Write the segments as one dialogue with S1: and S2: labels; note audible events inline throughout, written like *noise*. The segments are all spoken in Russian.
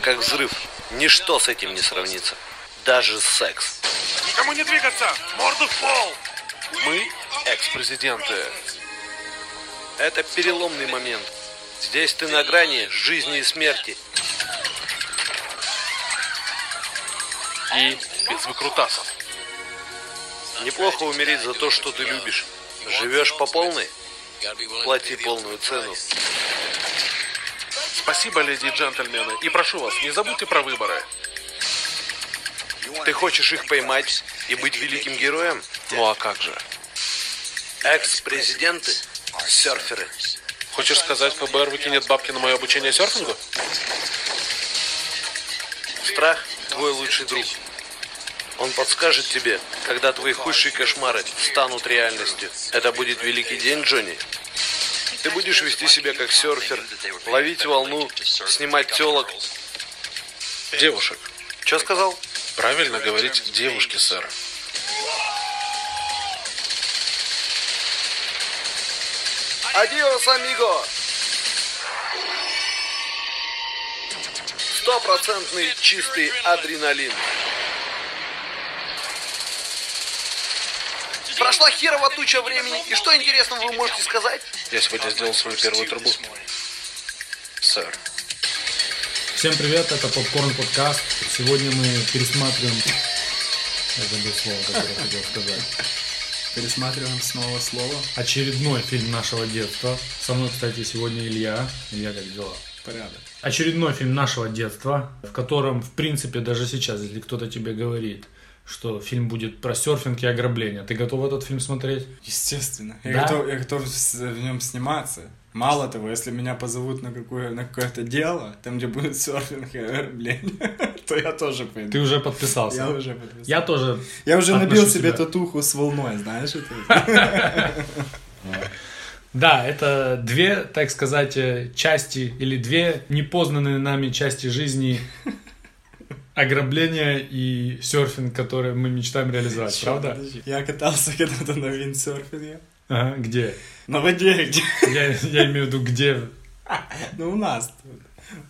S1: как взрыв. Ничто с этим не сравнится. Даже секс.
S2: Никому не двигаться! Морду в пол!
S3: Мы экс-президенты.
S1: Это переломный момент. Здесь ты на грани жизни и смерти.
S3: И без выкрутасов.
S1: Неплохо умереть за то, что ты любишь. Живешь по полной? Плати полную цену.
S3: Спасибо, леди и джентльмены. И прошу вас, не забудьте про выборы.
S1: Ты хочешь их поймать и быть великим героем?
S3: Ну а как же?
S1: Экс-президенты? Серферы.
S3: Хочешь сказать, ФБР выкинет бабки на мое обучение серфингу?
S1: Страх – твой лучший друг. Он подскажет тебе, когда твои худшие кошмары станут реальностью. Это будет великий день, Джонни. Ты будешь вести себя как серфер, ловить волну, снимать телок.
S3: Девушек.
S1: Че сказал?
S3: Правильно говорить девушки, сэр.
S1: Адиос, амиго! Стопроцентный чистый адреналин. Прошла херова туча времени, и что интересного вы можете сказать?
S3: Я сегодня сделал свою первую трубу. Сэр.
S4: Всем привет, это Попкорн Подкаст. Сегодня мы пересматриваем... Я забыл слово, которое хотел сказать.
S5: Пересматриваем снова слово.
S4: Очередной фильм нашего детства. Со мной, кстати, сегодня Илья. Илья, как дела?
S5: Порядок.
S4: Очередной фильм нашего детства, в котором, в принципе, даже сейчас, если кто-то тебе говорит, что фильм будет про серфинг и ограбление, ты готов этот фильм смотреть?
S5: Естественно. Я,
S4: Да?
S5: готов, я готов с- в нем сниматься. Мало того, если меня позовут на какое, на какое-то дело, там, где будет серфинг и ограбление, *laughs* то я тоже пойду.
S4: Ты уже подписался.
S5: Я уже подписался.
S4: Я тоже.
S5: Я уже
S4: отношу
S5: набил себе
S4: себя.
S5: татуху с волной, знаешь
S4: *laughs*
S5: это?
S4: Да, это две, так сказать, э, части или две непознанные нами части
S5: *laughs*
S4: жизни ограбления и серфинг, которые мы мечтаем реализовать, правда?
S5: Подожди. Я катался когда-то на виндсерфинге.
S4: Ага, где?
S5: На воде где? *laughs*
S4: Я, я имею в виду, где?
S5: Ну, у нас тут.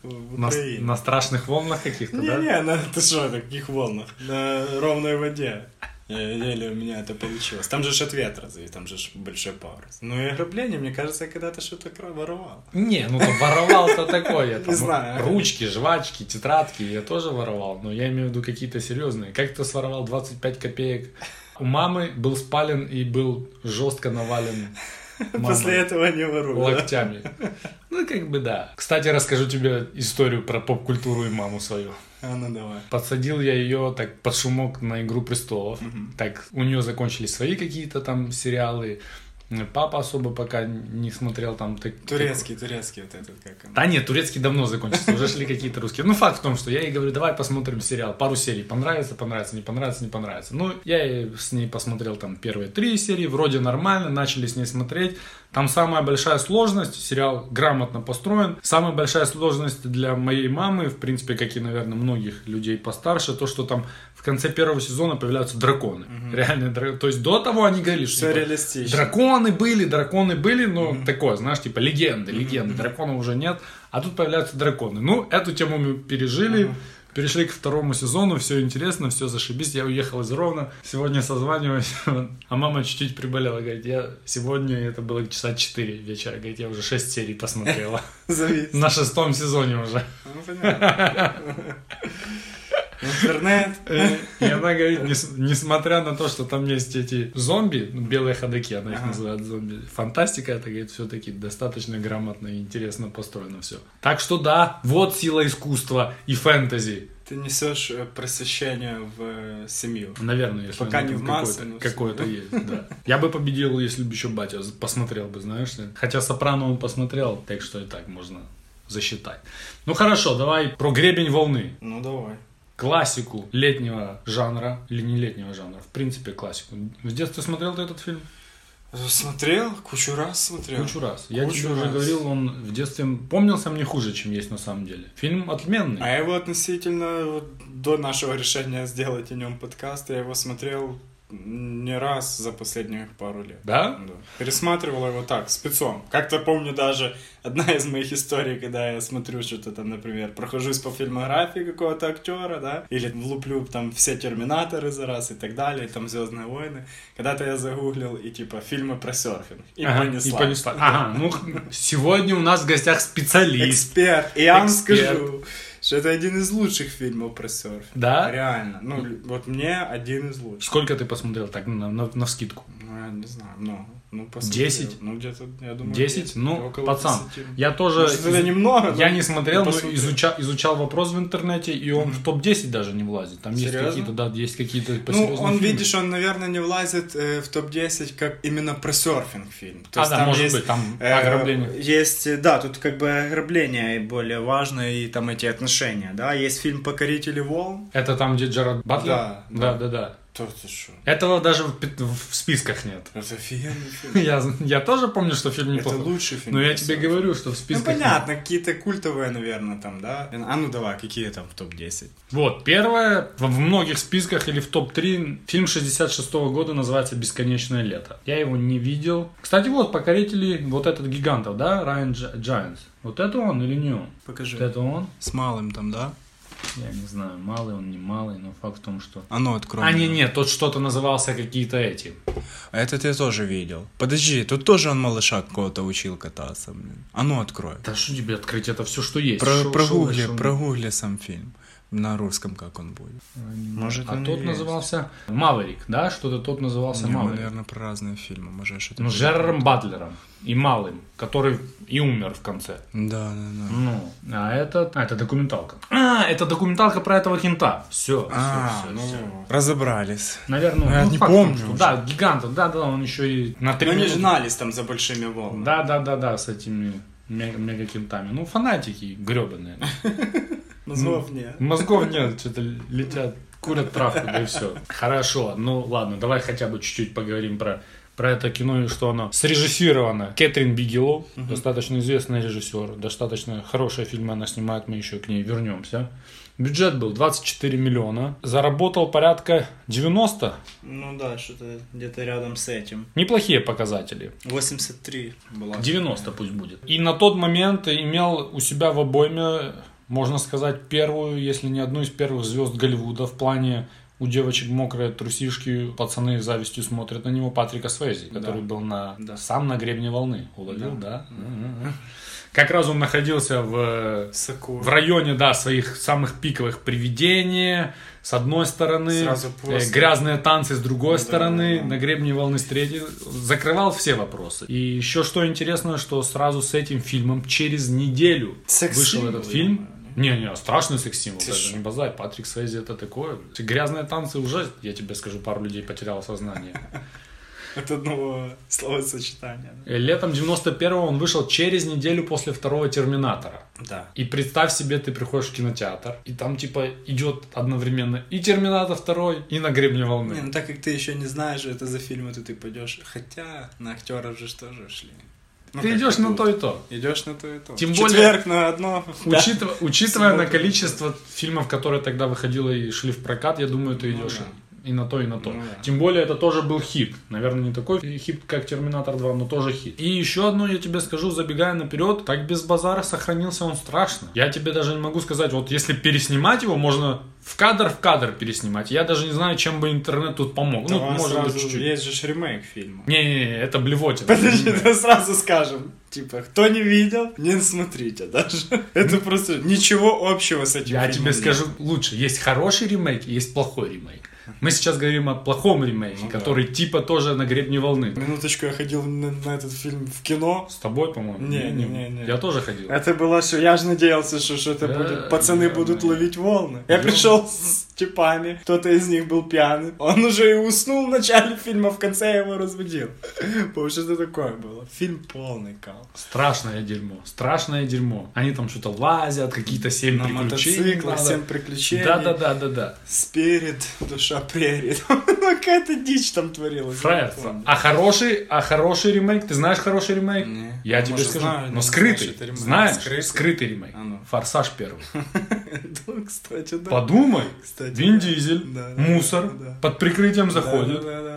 S5: В
S4: На,
S5: Украине.
S4: на страшных волнах каких-то, да?
S5: Не-не, на, ты что, на каких волнах? На ровной воде. Э, Еле у меня это получилось. Там же ж от ветра, зависит, там же ж большой парус. Ну и ограбление, мне кажется, я когда-то что-то кра- воровал.
S4: Не, ну там воровал-то такое. я там
S5: знаю.
S4: Ручки, жвачки, тетрадки я тоже воровал, но я имею в виду какие-то серьезные. Как ты своровал 25 копеек? У мамы был спален и был жестко навален мамой
S5: После этого
S4: *laughs*
S5: не ворую. да?
S4: локтями. Ну, как бы да. Кстати, расскажу тебе историю про поп-культуру и маму свою.
S5: А, ну давай.
S4: Подсадил я ее так под шумок на Игру престолов. Так у нее закончились свои какие-то там сериалы. Папа особо пока не смотрел там так-
S5: Турецкий, турецкий вот этот, как он.
S4: да нет, турецкий давно закончился, уже шли какие-то русские. Ну, факт в том, что я ей говорю, давай посмотрим сериал, пару серий, понравится, понравится, не понравится, не понравится. Ну, я ей с ней посмотрел там первые три серии, вроде нормально, начали с ней смотреть. Там самая большая сложность, сериал грамотно построен. Самая большая сложность для моей мамы, в принципе, как и, наверное, многих людей постарше, то, что там в конце первого сезона появляются драконы. Реально, дра- то есть до того они говорили, что
S5: Все
S4: типа,
S5: реалистично.
S4: Драконы были, драконы были, но такое, знаешь, типа легенды, легенды. Драконов уже нет, а тут появляются драконы. Ну, эту тему мы пережили, перешли к второму сезону, все интересно, все зашибись. Я уехал из Ровно, сегодня созваниваюсь, *laughs* а мама чуть-чуть приболела, говорит, я сегодня, это было часа 4 вечера, говорит, я уже 6 серий посмотрела.
S5: Завис.
S4: На шестом сезоне уже.
S5: Ну понятно. Интернет.
S4: Э, И она говорит, нес- несмотря на то, что там есть эти зомби, ну, белые ходаки, она их
S5: Ага.
S4: называет зомби, фантастика, это, говорит, все-таки достаточно грамотно и интересно построено все. Так что да, вот сила искусства и фэнтези.
S5: Ты несешь э, просвещение в э, семью.
S4: Наверное, если
S5: Пока
S4: оно
S5: не
S4: там
S5: в массы,
S4: какое-то,
S5: но
S4: какое-то есть, да. Я бы победил, если бы еще батя посмотрел бы, знаешь. ли. Хотя Сопрано он посмотрел, так что и так можно засчитать. Ну хорошо, давай про гребень волны.
S5: Ну давай.
S4: классику летнего жанра или не летнего жанра, в принципе классику. В детстве смотрел ты этот фильм?
S5: Смотрел? Кучу раз смотрел.
S4: Кучу раз. Я
S5: Кучу
S4: тебе уже
S5: раз.
S4: говорил, он в детстве помнился мне хуже, чем есть на самом деле. Фильм отменный.
S5: А я его относительно вот до нашего решения сделать о нем подкаст, я его смотрел не раз за последние пару лет.
S4: Да?
S5: Да. Пересматривал его так, спецом. Как-то помню даже одна из моих историй, когда я смотрю что-то там, например, прохожусь по фильмографии какого-то актера, да, или луплю там все терминаторы за раз и так далее, там Звездные войны. Когда-то я загуглил и типа фильмы про серфинг. И
S4: Ага,
S5: понесла.
S4: И понесла. Ага, ну сегодня у нас в гостях специалист.
S5: Эксперт. И я вам
S4: Эксперт.
S5: скажу, что это один из лучших фильмов про серфинг.
S4: Да?
S5: Реально. Ну, лю- вот мне один из лучших.
S4: Сколько ты посмотрел так на, на, вскидку?
S5: Ну, я не знаю, много. Ну, посмотрел.
S4: 10?
S5: Ну, где-то, я думаю,
S4: 10? Ну,
S5: Около
S4: пацан,
S5: 10.
S4: я тоже...
S5: Может, это
S4: из-
S5: немного, Ну,
S4: Я
S5: но
S4: не смотрел, но
S5: посмотрел.
S4: изуча- изучал вопрос в интернете, и он в топ-10 даже не влазит. Там есть
S5: Серьезно?
S4: какие-то, да, есть какие-то
S5: Ну,
S4: посерьезные
S5: он,
S4: фильмы.
S5: видишь, он, наверное, не влазит э, в топ-10 как именно про серфинг фильм.
S4: А, да, может быть, там
S5: э,
S4: ограбление.
S5: Есть, э, да, тут как бы ограбление более важно, и там эти отношения, да. Есть фильм «Покорители волн».
S4: Это там, где Джаред Батлер?
S5: Да,
S4: да, да, да.
S5: То ты что?
S4: Этого даже в, пи- в списках нет. *laughs*
S5: Это офигенный фильм.
S4: Я, я тоже помню, что фильм
S5: Это
S4: неплохой.
S5: лучший фильм.
S4: Но я
S5: про
S4: тебе
S5: серфинг.
S4: говорю, что в
S5: Ну,
S4: списках нет.
S5: понятно, какие-то культовые, наверное, там, да. А ну давай, какие там в топ-10?
S4: Вот, первое, в в многих списках или в топ-3, фильм 66 года называется «Бесконечное лето». Я его не видел. Кстати, вот, покорители вот этот гигантов, да, Райан Дж- Джайнс. Вот это он или не он?
S5: Покажи.
S4: Вот это он?
S5: С малым там, да?
S4: Я не знаю, малый он, не малый, но факт в том, что...
S5: А ну открой.
S4: А, не-не, тот что-то назывался какие-то эти.
S5: А этот я тоже видел. Подожди, тут тоже он малыша какого-то учил кататься, блин. А ну открой.
S4: Да что тебе открыть, это все, что есть.
S5: Про,
S4: Шо-
S5: прогугли,
S4: шо вы, шо-
S5: прогугли сам фильм. На русском как он будет. Может,
S4: А
S5: он и
S4: тот
S5: есть.
S4: назывался Маверик, да? Что-то тот назывался
S5: Не, мы,
S4: Маверик.
S5: наверное, про разные фильмы. Может, я что-то...
S4: Ну, с
S5: путаю.
S4: Жераром Батлером и Малым, который и умер в конце.
S5: Да, да, да.
S4: Ну, а это, а, это документалка. А, это документалка про этого кента. Все,
S5: А, ну, разобрались.
S4: Наверное,
S5: я
S4: ну,
S5: не
S4: факт в том,
S5: помню
S4: что-
S5: уже.
S4: да, гиганта, да, да, он еще и на три
S5: Но они
S4: минуты-
S5: жнались Ну, там за большими волнами.
S4: Да, да, да, да, с этими мега- мегакентами. Ну, фанатики гребаные.
S5: Мозгов нет.
S4: Мозгов нет, что-то летят, курят травку, да и все. Хорошо, ну ладно, давай хотя бы чуть-чуть поговорим про про это кино и что оно срежиссировано. Кэтрин Бигелоу, достаточно известный режиссер, достаточно хорошие фильмы она снимает, мы еще к ней вернемся. Бюджет был 24 миллиона, заработал порядка 90,
S5: Ну да, что-то где-то рядом с этим.
S4: неплохие показатели.
S5: 83 была.
S4: 90 пусть будет. И на тот момент имел у себя в обойме, можно сказать, первую, если не одну из первых звезд Голливуда в плане у девочек мокрые трусишки, пацаны с завистью смотрят на него Патрика Свейзи, который был на
S5: Да.
S4: сам на гребне волны. Уловил, да? Мгм. Как раз он находился в э, в районе, да, своих самых пиковых привидений, с одной стороны, э,
S5: Сразу после.
S4: грязные танцы с другой
S5: Да,
S4: стороны,
S5: да, да.
S4: на гребне волны с третьей, закрывал все вопросы. И еще что интересно, что сразу с этим фильмом через неделю вышел
S5: Секс-символ,
S4: этот
S5: я
S4: фильм.
S5: понимаю,
S4: Не-не, страшный секс-символ,
S5: Ты
S4: даже
S5: шо?
S4: не базай, Патрик Свейзи это такое. Грязные танцы уже, я тебе скажу, пару людей потеряло сознание.
S5: От одного словосочетания.
S4: Э, Летом 91-го он вышел через неделю после второго «Терминатора».
S5: Да.
S4: И представь себе, ты приходишь в кинотеатр, и там типа идет одновременно и Терминатор второй, и на гребне волны.
S5: Не, ну так как ты еще не знаешь, что это за фильмы, то ты пойдешь. Хотя на актеров же ж тоже шли. Ну,
S4: ты
S5: как
S4: идешь на
S5: тут.
S4: то и то.
S5: Идешь на то и то.
S4: Тем
S5: В
S4: более-
S5: Четверг на одно.
S4: Учитывая, учитывая на
S5: Суббота.
S4: количество фильмов, которые тогда выходило и шли в прокат, я думаю, ты
S5: Ну
S4: идешь
S5: да.
S4: и на то, и на то.
S5: Ну да.
S4: Тем более, это тоже был хит. Наверное, не такой хит, как Терминатор 2, но тоже хит. И еще одно я тебе скажу, забегая наперед, так без базара сохранился он страшно. Я тебе даже не могу сказать, вот если переснимать его, можно в кадр в кадр переснимать. Я даже не знаю, чем бы интернет тут помог.
S5: Ну,
S4: ну, может быть, чуть-чуть.
S5: Есть же ж ремейк фильма.
S4: Не-не-не, это блевотина.
S5: Подожди, да сразу скажем. Типа, кто не видел, не смотрите даже. Это просто ничего общего с этим
S4: Я
S5: фильмом
S4: тебе
S5: нет.
S4: скажу лучше. Есть хороший ремейк, есть плохой ремейк. Мы сейчас говорим о плохом ремейке,
S5: Ну да.
S4: который типа тоже на гребне волны.
S5: Минуточку, я ходил на, на этот фильм в кино.
S4: С тобой, по-моему?
S5: Не, не, не, не.
S4: Я тоже ходил.
S5: Это было, что я же надеялся, что что-то
S4: Да, Ну.
S5: будет. Пацаны
S4: да,
S5: будут
S4: да.
S5: ловить волны. Я пришел с типами, кто-то из них был пьяный. Он уже и уснул в начале фильма, в конце я его разбудил. Потому что это такое было. Фильм полный кал.
S4: Страшное дерьмо, страшное дерьмо. Они там что-то лазят, какие-то семь
S5: На
S4: приключений.
S5: мотоциклах,
S4: надо.
S5: всем приключений.
S4: Да-да-да-да-да.
S5: Спирит, душа прерит. *laughs* Ну, какая-то дичь там творилась. я
S4: Фрайер.
S5: не помню.
S4: А хороший, а хороший ремейк, ты знаешь хороший ремейк?
S5: Не.
S4: Я
S5: Ну,
S4: тебе
S5: может,
S4: скажу,
S5: знаю,
S4: но
S5: не
S4: скрытый,
S5: знаю, что это ремейк.
S4: знаешь, скрытый,
S5: Скрытый.
S4: ремейк.
S5: А ну.
S4: Форсаж первый.
S5: Да, *laughs* Кстати, да.
S4: Подумай,
S5: *laughs* Кстати,
S4: Вин
S5: да.
S4: Дизель,
S5: Да, да,
S4: мусор,
S5: да, да.
S4: под прикрытием
S5: Да,
S4: заходит.
S5: да, да, да.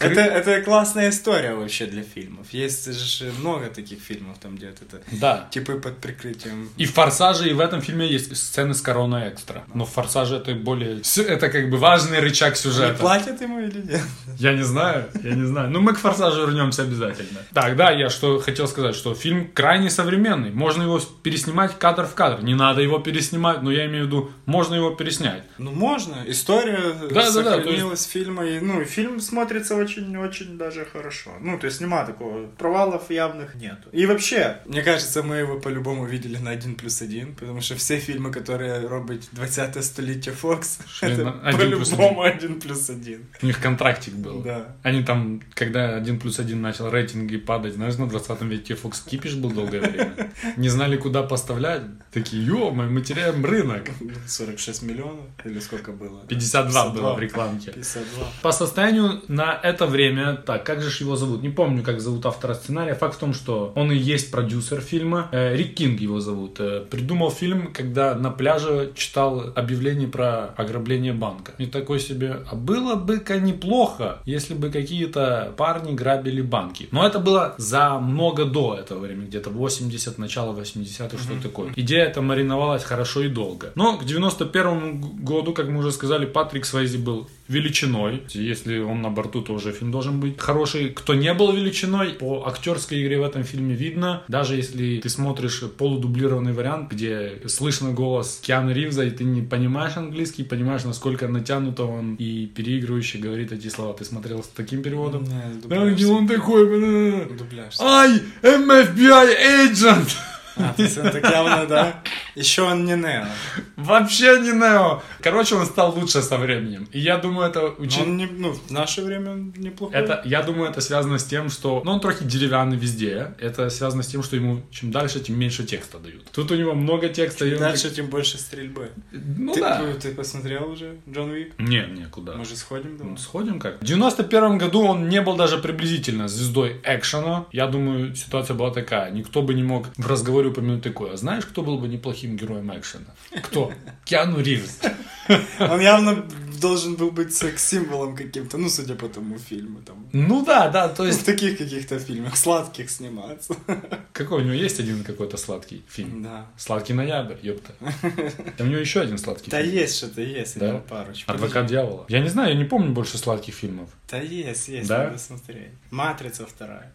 S5: Это, это классная история вообще для фильмов. Есть же много таких фильмов, там где-то это
S4: Да.
S5: типы под прикрытием.
S4: И в «Форсаже», и в этом фильме есть сцены с короной экстра. Но в «Форсаже» это более... с- Это как бы важный рычаг
S5: Не
S4: сюжета.
S5: платят ему или нет?
S4: Я не знаю, я не знаю. Ну, мы к «Форсажу» вернемся обязательно. Так, да, я что хотел сказать, что фильм крайне современный. Можно его переснимать кадр в кадр. Не надо его переснимать, но я имею в виду, можно его переснять.
S5: Ну, можно. История
S4: да, да, то
S5: сохранилась фильма. И, ну, и фильм смотрится очень-очень даже хорошо. Ну, то есть нема такого. Провалов явных нету. И вообще, мне кажется, мы его по-любому видели на 1 плюс 1, потому что все фильмы, которые робить 20-е столетие Фокс,
S4: Шли
S5: это
S4: на 1 плюс
S5: по-любому 1 плюс 1.
S4: У них контрактик был.
S5: Да.
S4: Они там, когда один плюс один начал рейтинги падать, знаешь, на 20 веке Фокс Кипиш был долгое время. Не знали, куда поставлять. Такие, ё мы теряем рынок.
S5: 46 миллионов или сколько было?
S4: 52 было в рекламке.
S5: 52.
S4: По состоянию на это время, так, как же ж его зовут? Не помню, как зовут автора сценария. Факт в том, что он и есть продюсер фильма. Э, Рик Кинг его зовут. Э, Придумал фильм, когда на пляже читал объявление про ограбление банка. И такой себе, а было бы-ка неплохо, если бы какие-то парни грабили банки. Но это было за много до этого времени, где-то 80, начало 80-х, что такое. Идея эта мариновалась хорошо и долго. Но к 91 году, как мы уже сказали, Патрик Свайзи был величиной. Если он на борту, то уже фильм должен быть хороший. Кто не был величиной, по актерской игре в этом фильме видно. Даже если ты смотришь полудублированный вариант, где слышно голос Киана Ривза, и ты не понимаешь английский, понимаешь, насколько натянуто он и переигрывающий говорит эти слова. Ты смотрел с таким переводом?
S5: Не,
S4: Да, где он такой? бля.
S5: Дубляж.
S4: Ай, эм I'm FBI agent! *laughs*
S5: А, то есть он так явно, да? Еще он не Нео.
S4: Вообще не Нео. Короче, он стал лучше со временем. И я думаю, это
S5: Но
S4: учи-
S5: Он не, ну, в наше время он неплохой.
S4: Это, я думаю, это связано с тем, что... Ну, он трохи деревянный везде. Это связано с тем, что ему чем дальше, тем меньше текста дают. Тут у него много текста. и он так-
S5: Дальше тем больше стрельбы.
S4: Ну
S5: ты,
S4: да.
S5: ты, ты посмотрел уже Джон Уик?
S4: Не, не, куда.
S5: Может сходим
S4: Ну,
S5: дома?
S4: Сходим как? В 91 году он не был даже приблизительно звездой экшена. Я думаю, ситуация была такая. Никто бы не мог в разговоре упомянуть такое. А знаешь, кто был бы неплохим героем экшена? Кто? Киану Ривз.
S5: Он явно должен был быть секс-символом каким-то, ну, судя по тому фильму. Там.
S4: Ну да, да, то
S5: В
S4: есть...
S5: таких каких-то фильмах, сладких сниматься.
S4: Какой у него есть один какой-то сладкий фильм?
S5: Да.
S4: Сладкий ноябрь,
S5: *laughs*
S4: ёпта. Там у него еще один сладкий
S5: Да
S4: фильм.
S5: есть что-то, есть,
S4: Да?
S5: да? парочку.
S4: Адвокат дьявола. Я не знаю, я не помню больше сладких фильмов.
S5: Да есть, есть,
S4: Да?
S5: надо смотреть.
S4: *laughs*
S5: Матрица вторая.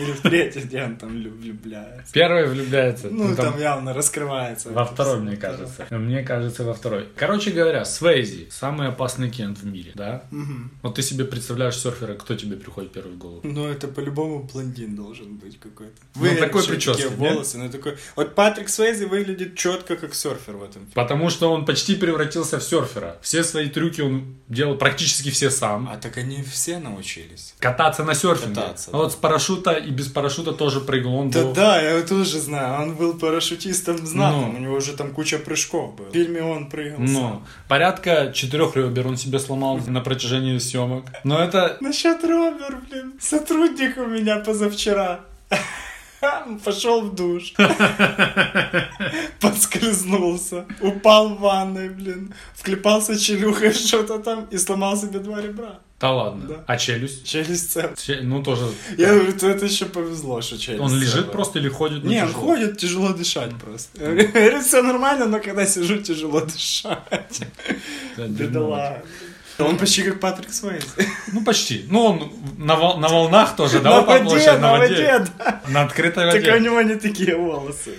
S5: Или в третьей, где он там люб- влюбляется.
S4: Первая влюбляется.
S5: Ну,
S4: ну,
S5: там, явно раскрывается.
S4: Во
S5: это
S4: второй,
S5: всё.
S4: мне кажется. Мне кажется, во второй. Короче говоря, Свейзи самый опасный кент в мире, да?
S5: Мгм.
S4: Вот ты себе представляешь серфера, кто тебе приходит первый в голову?
S5: Ну, это по-любому блондин должен быть какой-то.
S4: Ну, такой
S5: такие
S4: прически, нет?
S5: волосы, ну такой. Вот Патрик Свейзи выглядит четко как серфер в этом фильме.
S4: Потому что он почти превратился в серфера. Все свои трюки он делал практически все сам.
S5: А так они все научились.
S4: Кататься на серфинге.
S5: Кататься,
S4: а вот с парашюта и без парашюта тоже прыгал. Он
S5: Да,
S4: был...
S5: да, я его тоже знаю. Он был парашютистом знатным.
S4: Ну.
S5: У него уже там куча прыжков было. В фильме он прыгал
S4: Но
S5: сам.
S4: порядка четырех ребер он себе сломал на протяжении съемок. Но это
S5: Насчет Робер, Ну, блин. Сотрудник у меня позавчера. *laughs* Пошел
S4: *laughs*
S5: в душ. Подскользнулся. Упал в ванной, блин. Вклепался челюхой в что-то там и сломал себе два ребра.
S4: Да ладно.
S5: Да.
S4: А челюсть?
S5: Челюсть цел.
S4: Че- Ну тоже.
S5: Я говорю, «То это еще повезло, что челюсть
S4: Он лежит
S5: целая».
S4: просто или ходит? Ну,
S5: Не, он
S4: тяжело.
S5: ходит, тяжело дышать просто. Я Говорю, все нормально, но когда сижу, тяжело дышать.
S4: Да, дерьмо.
S5: Бедолага. Он почти как Патрик Свейн.
S4: Ну почти. Ну он на, вол- на волнах тоже, да?
S5: на
S4: вот так
S5: воде,
S4: получается,
S5: на воде, да.
S4: На открытой
S5: Только у
S4: воде.
S5: него не такие волосы.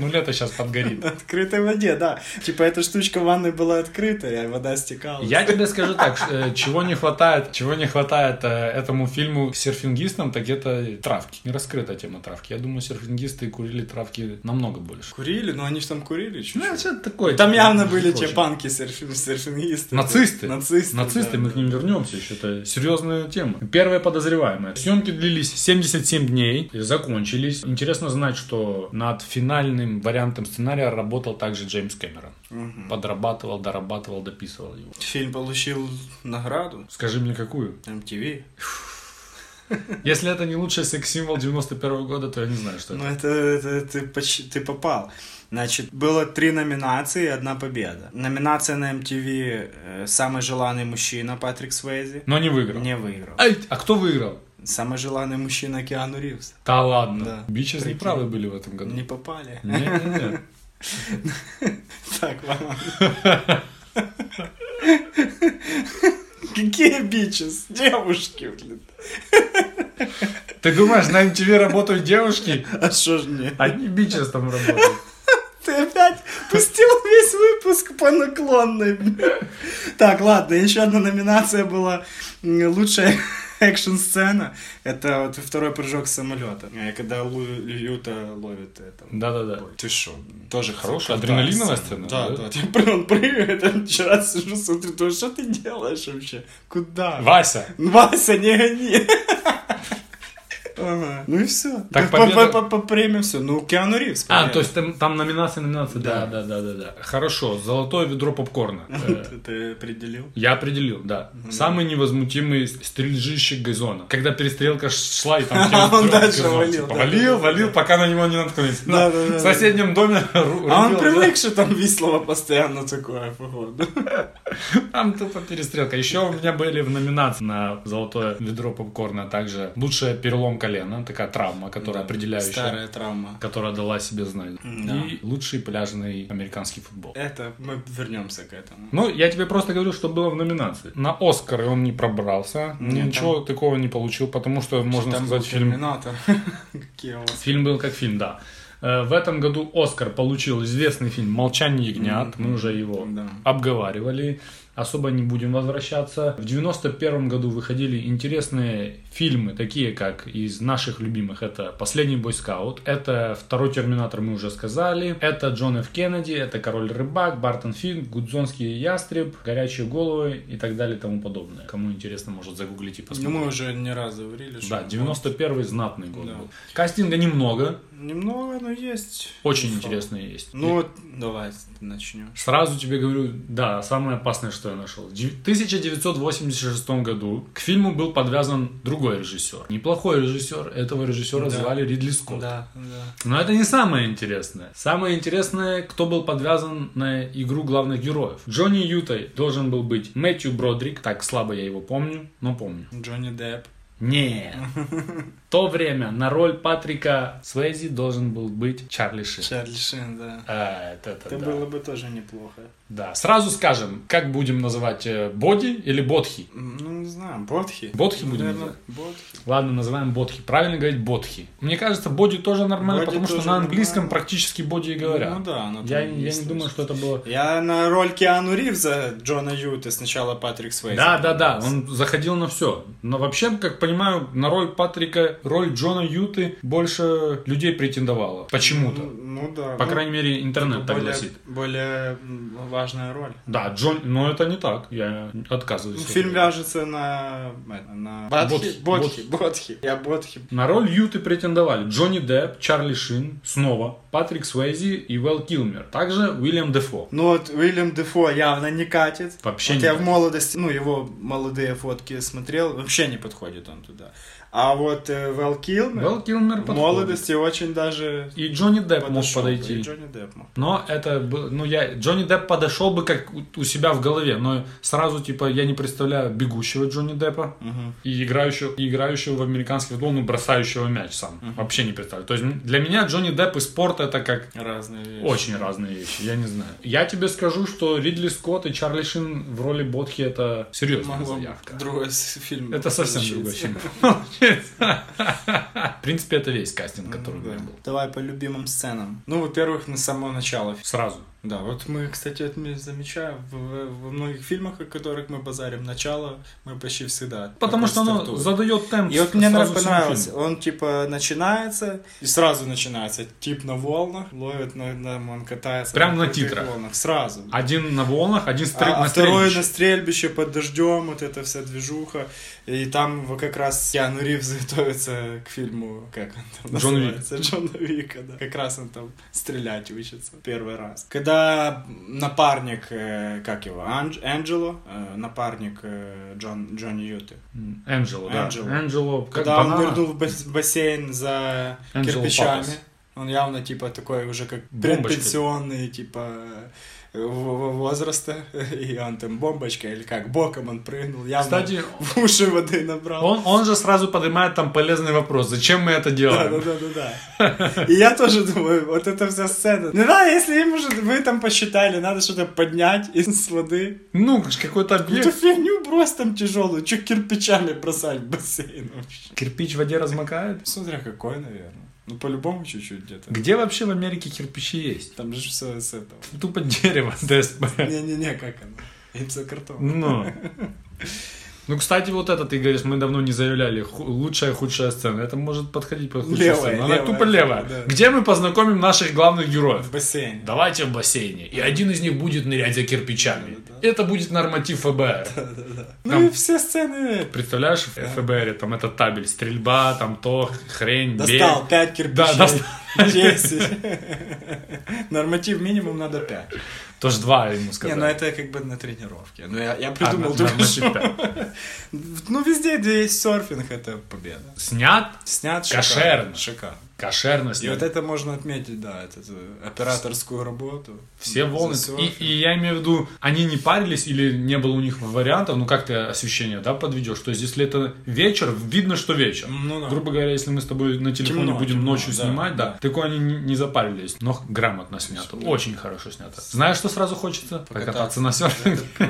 S4: Ну лето сейчас подгорит.
S5: На открытой воде, да. Типа эта штучка в ванной была открытая, и вода стекала.
S4: *laughs* Я тебе скажу так, ш- э, чего не хватает, чего не хватает э, этому фильму серфингистам, так это травки. Не раскрыта тема травки. Я думаю, серфингисты курили травки намного больше.
S5: Курили? Ну они ж там курили чуть-чуть.
S4: Ну, это что-то такое.
S5: Там
S4: типа,
S5: явно
S4: не
S5: были те
S4: очень.
S5: панки серфи- серфингисты.
S4: Нацисты.
S5: Нацисты.
S4: Нацисты,
S5: да,
S4: мы
S5: да.
S4: к ним вернемся еще. Это серьезная тема. Первая подозреваемая. Съемки длились 77 дней, и закончились. Интересно знать, что над финальным вариантом сценария работал также Джеймс Кэмерон. Подрабатывал, дорабатывал, дописывал его.
S5: Фильм получил награду
S4: Скажи мне, какую?
S5: MTV.
S4: Если это не лучший секс-символ 91 года, то я не знаю, что это.
S5: Ну, это, это ты, поч- ты попал. Значит, было три номинации и одна победа. Номинация на MTV э, «Самый желанный мужчина» Патрик Свейзи
S4: Но не выиграл.
S5: не выиграл.
S4: Ай, а кто выиграл?
S5: Самый желанный мужчина Киану Ривз.
S4: Да ладно.
S5: Да.
S4: Бичес
S5: Прикинь.
S4: неправы были в этом году.
S5: Не попали.
S4: Не-не-не.
S5: Так, *laughs* ладно. Какие бичес? Девушки, блин.
S4: Ты думаешь, на MTV работают девушки?
S5: А что ж не?
S4: Одни бичес там работают.
S5: Ты опять пустил весь выпуск по наклонной. Так, ладно, еще одна номинация была м, лучшая *laughs* экшн-сцена. Это вот второй прыжок с самолета, э, когда Лю- Люта ловит это.
S4: Да-да-да.
S5: Ты что? Тоже
S4: Хорошая
S5: крутая
S4: адреналиновая сцена,
S5: Да,
S4: да?
S5: да. *laughs* Типа, он прыгает, я вчера сижу, смотрю, думаю, что ты делаешь вообще? Куда?
S4: Вася,
S5: Вася, не гони. Ага. Ну и все.
S4: Так,
S5: по,
S4: победа-
S5: по- по- по премиям все. Ну, Киану Ривз.
S4: А,
S5: конечно.
S4: то есть там, там номинация, номинация. Да, да, да, да, да. Хорошо, золотое ведро
S5: *laughs*
S4: попкорна. Э,
S5: Ты- Ты определил?
S4: Я определил, да. Самый невозмутимый стрельжищик газона. Когда перестрелка ш- шла и
S5: *laughs*
S4: там...
S5: А он
S4: через
S5: дальше
S4: газон,
S5: валил,
S4: типа,
S5: да,
S4: Валил,
S5: да,
S4: валил, пока на него не наткнулись.
S5: Да, да, да,
S4: В соседнем доме *laughs* ру-
S5: А он
S4: рубил,
S5: привык, что там Вислова постоянно такое, походу.
S4: да. Там тупо перестрелка. Еще у меня были в номинации на золотое ведро попкорна, а также лучшая перелом колена, такая травма, которая определяющая.
S5: Старая травма.
S4: которая дала себе знать.
S5: Да.
S4: И лучший пляжный американский футбол.
S5: Это, мы вернемся к этому.
S4: Ну, я тебе просто говорю, что было в номинации. На Оскар он не пробрался,
S5: Не,
S4: ничего такого не получил, потому что, можно
S5: Там
S4: сказать,
S5: был
S4: фильм...
S5: Терминатор. *laughs* Какие у вас?
S4: Фильм был как фильм, да. Э, В этом году Оскар получил известный фильм «Молчание ягнят». Мы уже его
S5: Да.
S4: обговаривали. Особо не будем возвращаться. В 91 году выходили интересные фильмы, такие как из наших любимых. Это «Последний бойскаут», это «Второй терминатор» мы уже сказали, это «Джон Ф. Кеннеди», это «Король рыбак», «Бартон Финн», «Гудзонский ястреб», «Горячие головы» и так далее и тому подобное. Кому интересно, может загуглить и
S5: Ну,
S4: посмотреть.
S5: мы уже не раз говорили, что...
S4: Да, 91 знатный год
S5: Да.
S4: был. Кастинга немного,
S5: Немного, но есть.
S4: очень
S5: Ну,
S4: интересно есть.
S5: Ну, вот, давай начнем.
S4: Сразу тебе говорю, да, самое опасное, что я нашел. В дев- 1986 году к фильму был подвязан другой режиссер. Неплохой режиссер, этого режиссера
S5: Да.
S4: звали Ридли Скотт.
S5: Да, да.
S4: Но это не самое интересное. Самое интересное, кто был подвязан на игру главных героев. Джонни Ютой должен был быть Мэтью Бродрик, так слабо я его помню, но помню.
S5: Джонни Депп. *laughs*
S4: Не. В то время на роль Патрика Свейзи должен был быть Чарли Шин.
S5: Чарли Шин, да.
S4: А, это, это
S5: Это
S4: да.
S5: было бы тоже неплохо.
S4: Да, сразу скажем, как будем называть э, Боди или Бодхи?
S5: М, Ну, не знаю, Бодхи.
S4: Бодхи будем
S5: Наверно,
S4: называть?
S5: Бодхи.
S4: Ладно, называем Бодхи. Правильно говорить Бодхи. Мне кажется, Боди тоже нормально,
S5: Боди
S4: потому что
S5: тоже
S4: на английском
S5: нормально.
S4: практически Боди и говорят.
S5: Ну да, оно
S4: я,
S5: там
S4: я не
S5: есть
S4: думаю,
S5: тоже.
S4: что это было...
S5: Я на роль Киану Ривза Джона Юта сначала Патрик Свейзи.
S4: Да, да, да,
S5: попался.
S4: он заходил на все. Но вообще, как понимаю, на роль Патрика, роль Джона Юты больше людей претендовала. Почему-то.
S5: Ну, ну да.
S4: По
S5: ну,
S4: крайней мере, интернет так
S5: более,
S4: гласит.
S5: более м, важная роль.
S4: Да, Джон, но это не так. Я отказываюсь.
S5: Ну,
S4: от
S5: Фильм
S4: этого.
S5: вяжется на... это, на...
S4: Бодхи.
S5: Бодхи. Бодхи. Бодхи. Я Бодхи.
S4: На роль Юты претендовали Джонни Депп, Чарли Шин, снова Патрик Суэйзи и Вэл Килмер, также Уильям Дефо.
S5: Ну вот Уильям Дефо явно не катит.
S4: Вообще
S5: Вот
S4: не
S5: я в
S4: катит.
S5: молодости, ну, его молодые фотки смотрел, вообще не подходит он туда. А вот э, Вэл Килмер
S4: Вэл Килмер
S5: в
S4: подходит.
S5: молодости очень даже
S4: И Джонни Депп мог
S5: подошел бы,
S4: подойти.
S5: и Джонни Депп мог.
S4: Но это был, ну я, Джонни Депп подошел бы как у, у себя в голове, но сразу типа я не представляю бегущего Джонни Деппа и играющего, и играющего в американский футбол, ну бросающего мяч сам, вообще не представляю. То есть м, для меня Джонни Депп и спорт это как
S5: Разные вещи.
S4: Очень разные вещи, я не знаю. Я тебе скажу, что Ридли Скотт и Чарли Шин в роли Бодхи это серьезная
S5: Могло бы
S4: заявка.
S5: другой с- фильм.
S4: Это совсем
S5: получиться.
S4: другой
S5: *laughs*
S4: фильм. получается. В принципе, это весь кастинг, который у
S5: Ну Да.
S4: меня был.
S5: Давай по любимым сценам. Ну, во-первых, на самого начала.
S4: Сразу.
S5: Да, вот мы, кстати, это мы замечаем в- в- во многих фильмах, о которых мы базарим, начало мы почти всегда.
S4: Потому что оно
S5: стартуем.
S4: задает темп.
S5: И вот мне
S4: сразу всему
S5: понравилось,
S4: фильму.
S5: он типа начинается, и сразу начинается, тип на волнах, ловит, на, на- он катается.
S4: Прям на
S5: крутых
S4: титрах. А
S5: волнах, сразу.
S4: Один на волнах, один
S5: А-
S4: стрель
S5: а
S4: на
S5: второе
S4: стрельбище.
S5: на стрельбище под дождем, вот эта вся движуха. И там вот как раз Киану Ривз *laughs* готовится к фильму, как он там
S4: Джон Вик.
S5: называется? Джона Вика, да. Как раз он там стрелять учится первый раз. Когда на напарник, э, как его, Анж- Анджело, э, напарник э, Джон, Джонни Юты.
S4: Энджело, да.
S5: Энджело.
S4: Энджело, как
S5: Когда он
S4: банана.
S5: нырнул в бас- бассейн за
S4: Angelo
S5: кирпичами,
S4: Papas.
S5: он явно типа такой уже как
S4: Бомбочка.
S5: предпенсионный типа э, в- в- возраста, *laughs* и он там бомбочка или как, боком он прыгнул, явно
S4: Кстати,
S5: *laughs* в уши воды набрал.
S4: Он, он же сразу поднимает там полезный вопрос, зачем мы это
S5: Да,
S4: делаем?
S5: да, да, да, да. И я тоже думаю, вот эта вся сцена. Ну да, если им уже вы там посчитали, надо что-то поднять
S4: *laughs*
S5: из воды.
S4: Ну, какой-то
S5: Эту
S4: объект.
S5: фигню брось там тяжелую, че кирпичами бросать в бассейн вообще. Ну,
S4: Кирпич в воде размокает?
S5: Смотря какой, наверное. Ну, по-любому чуть-чуть где-то.
S4: Где вообще в Америке кирпичи есть?
S5: Там же все
S4: *laughs*
S5: с этого.
S4: Тупо дерево, ДСП.
S5: Не-не-не, как оно? Гипсокартон.
S4: Ну. Ну, кстати, вот это ты говоришь, мы давно не заявляли. ху- лучшая, худшая сцена. Это может подходить под худшую
S5: Левая,
S4: сцену. Она
S5: левая,
S4: тупо левая.
S5: да.
S4: Где мы познакомим наших главных героев?
S5: В бассейне.
S4: Давайте в бассейне. И один из них будет нырять за кирпичами. Это будет норматив ФБР.
S5: Ну и все сцены.
S4: Представляешь, в ФБР там этот табель, стрельба, там то, хрень,
S5: Достал
S4: бег.
S5: 5 кирпичей.
S4: Да, *laughs* достал. *laughs*
S5: 10. *laughs* Норматив минимум надо 5.
S4: Тоже два ему
S5: Не,
S4: сказали.
S5: ну это как бы на тренировке. Ну я, я
S4: А,
S5: придумал
S4: на-
S5: только
S4: норматив
S5: что.
S4: пять.
S5: Ну везде, где есть серфинг, это победа.
S4: Снят,
S5: Снят
S4: Кошерно.
S5: шикарно. Шикарно.
S4: кошерно
S5: И
S4: снят.
S5: вот это можно отметить, да, это э, операторскую работу.
S4: Все
S5: За
S4: волны. И,
S5: серфинг.
S4: и я имею в виду, они не парились или не было у них вариантов, ну как ты освещение, да, подведешь? То есть, если это вечер, видно, что вечер.
S5: Ну да.
S4: Грубо говоря, если мы с тобой на телефоне
S5: Темно,
S4: будем
S5: темно,
S4: ночью
S5: да.
S4: снимать, да, такое они не, не запарились, но грамотно снято, очень хорошо снято. Знаешь, что сразу хочется? Покататься на серфинге.
S5: Про-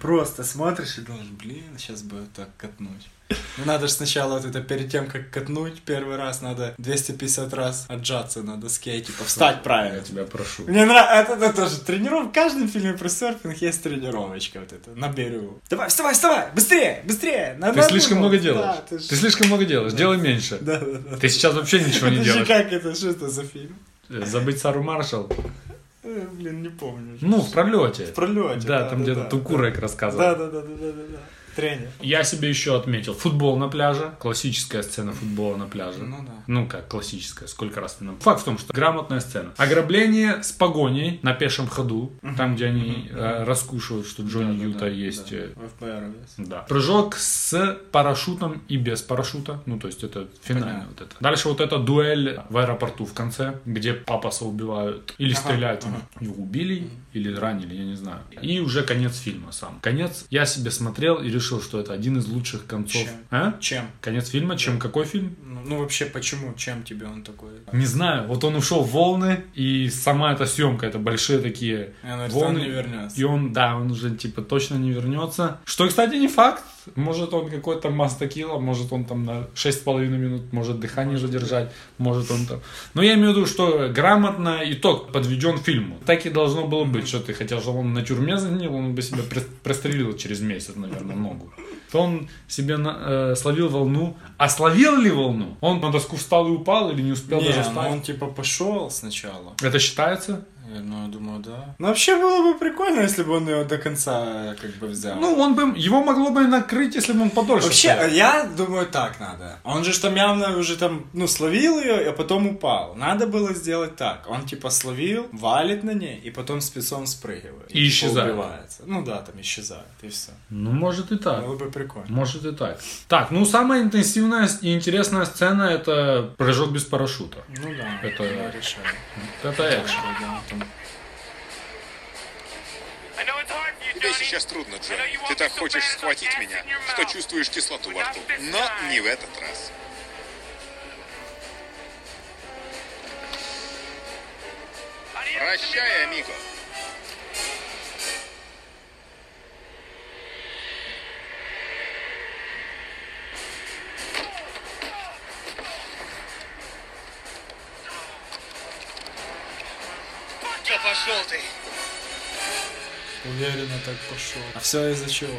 S5: Просто смотришь и думаешь, блин, сейчас бы так катнуть. Ну, надо же сначала вот это перед тем, как катнуть первый раз, надо 250 раз отжаться на доске, и, типа встать
S4: Я
S5: правильно.
S4: тебя прошу.
S5: Мне нравится, это, это тоже тренировка. В каждом фильме про серфинг есть тренировочка вот эта, на берегу. Давай, вставай, вставай, быстрее, быстрее. на-
S4: Ты
S5: на
S4: слишком
S5: одну.
S4: много
S5: Да,
S4: делаешь.
S5: ты
S4: Ты
S5: ж-
S4: слишком много делаешь, делай меньше.
S5: Да, да, да.
S4: Ты сейчас вообще ничего не
S5: Это же
S4: делаешь.
S5: как это, что это за фильм?
S4: Э, Забыть Сару Маршал.
S5: Э, Блин, не помню.
S4: Ну, в пролете.
S5: В пролете.
S4: Да, там где-то
S5: да,
S4: Тукурек рассказывал.
S5: Да, да, да, да, да, да, да. Тренер.
S4: Я себе еще отметил футбол на пляже. Классическая сцена футбола на пляже.
S5: Ну да.
S4: Ну как, классическая, сколько раз ты нам... Факт в том, что грамотная сцена. Ограбление с погоней на пешем ходу, там, где они э, раскушивают, что Джонни Юта есть. э,
S5: В ФБР есть.
S4: Да. Прыжок с парашютом и без парашюта. Ну, то есть это финально
S5: Понятно.
S4: вот это. Дальше вот эта дуэль в аэропорту в конце, где папаса убивают или стреляют. в него. Его убили или ранили, я не знаю. И уже конец фильма сам. Конец я себе смотрел и решил, что это один из лучших концов.
S5: Чем?
S4: А?
S5: Чем?
S4: Конец фильма, чем какой фильм?
S5: Ну, ну, вообще, почему? Чем тебе он такой?
S4: Не знаю, вот он ушел в волны, и сама эта съемка, это большие такие
S5: И она говорит,
S4: волны.
S5: «Он не вернется».
S4: И он, да, он уже типа точно не вернется. Что, кстати, не факт. Может, он какой-то мастакила, может, он там на 6,5 минут может дыхание задержать, может, он там... Но я имею в виду, что грамотно итог подведен фильму. Так и должно было быть, что ты хотел, чтобы он на тюрьме занял, он бы себя пре- прострелил через месяц, наверное, ногу. То он себе на- э, словил волну. А словил ли волну? Он на доску встал и упал или не успел
S5: Не,
S4: даже
S5: ну,
S4: встать?
S5: он типа пошел сначала.
S4: Это считается?
S5: Я, ну, я думаю, да. Ну, вообще было бы прикольно, если бы он его до конца э, как бы взял.
S4: Ну, он бы... Его могло бы накрыть, если бы он подольше
S5: Вообще,
S4: стоял.
S5: э, я думаю, так надо. Он же ж там явно уже там, ну, словил ее, а потом упал. Надо было сделать так. Он типа словил, валит на ней, и потом с песом спрыгивает. Типа,
S4: И исчезает.
S5: убивается. Ну да, там исчезает, и все.
S4: Ну, может и так.
S5: Было бы прикольно.
S4: Может и так. Так, ну самая интенсивная и интересная сцена это прыжок без парашюта.
S5: Ну да,
S4: Это-
S5: я решаю.
S4: Это экшен.
S5: Да, там
S3: Тебе сейчас трудно, Джонни. Ты так хочешь схватить меня, что чувствуешь кислоту во рту. Но не в этот раз. Прощай, амиго.
S6: Да пошел ты!
S5: Уверенно так пошел. А все из-за чего?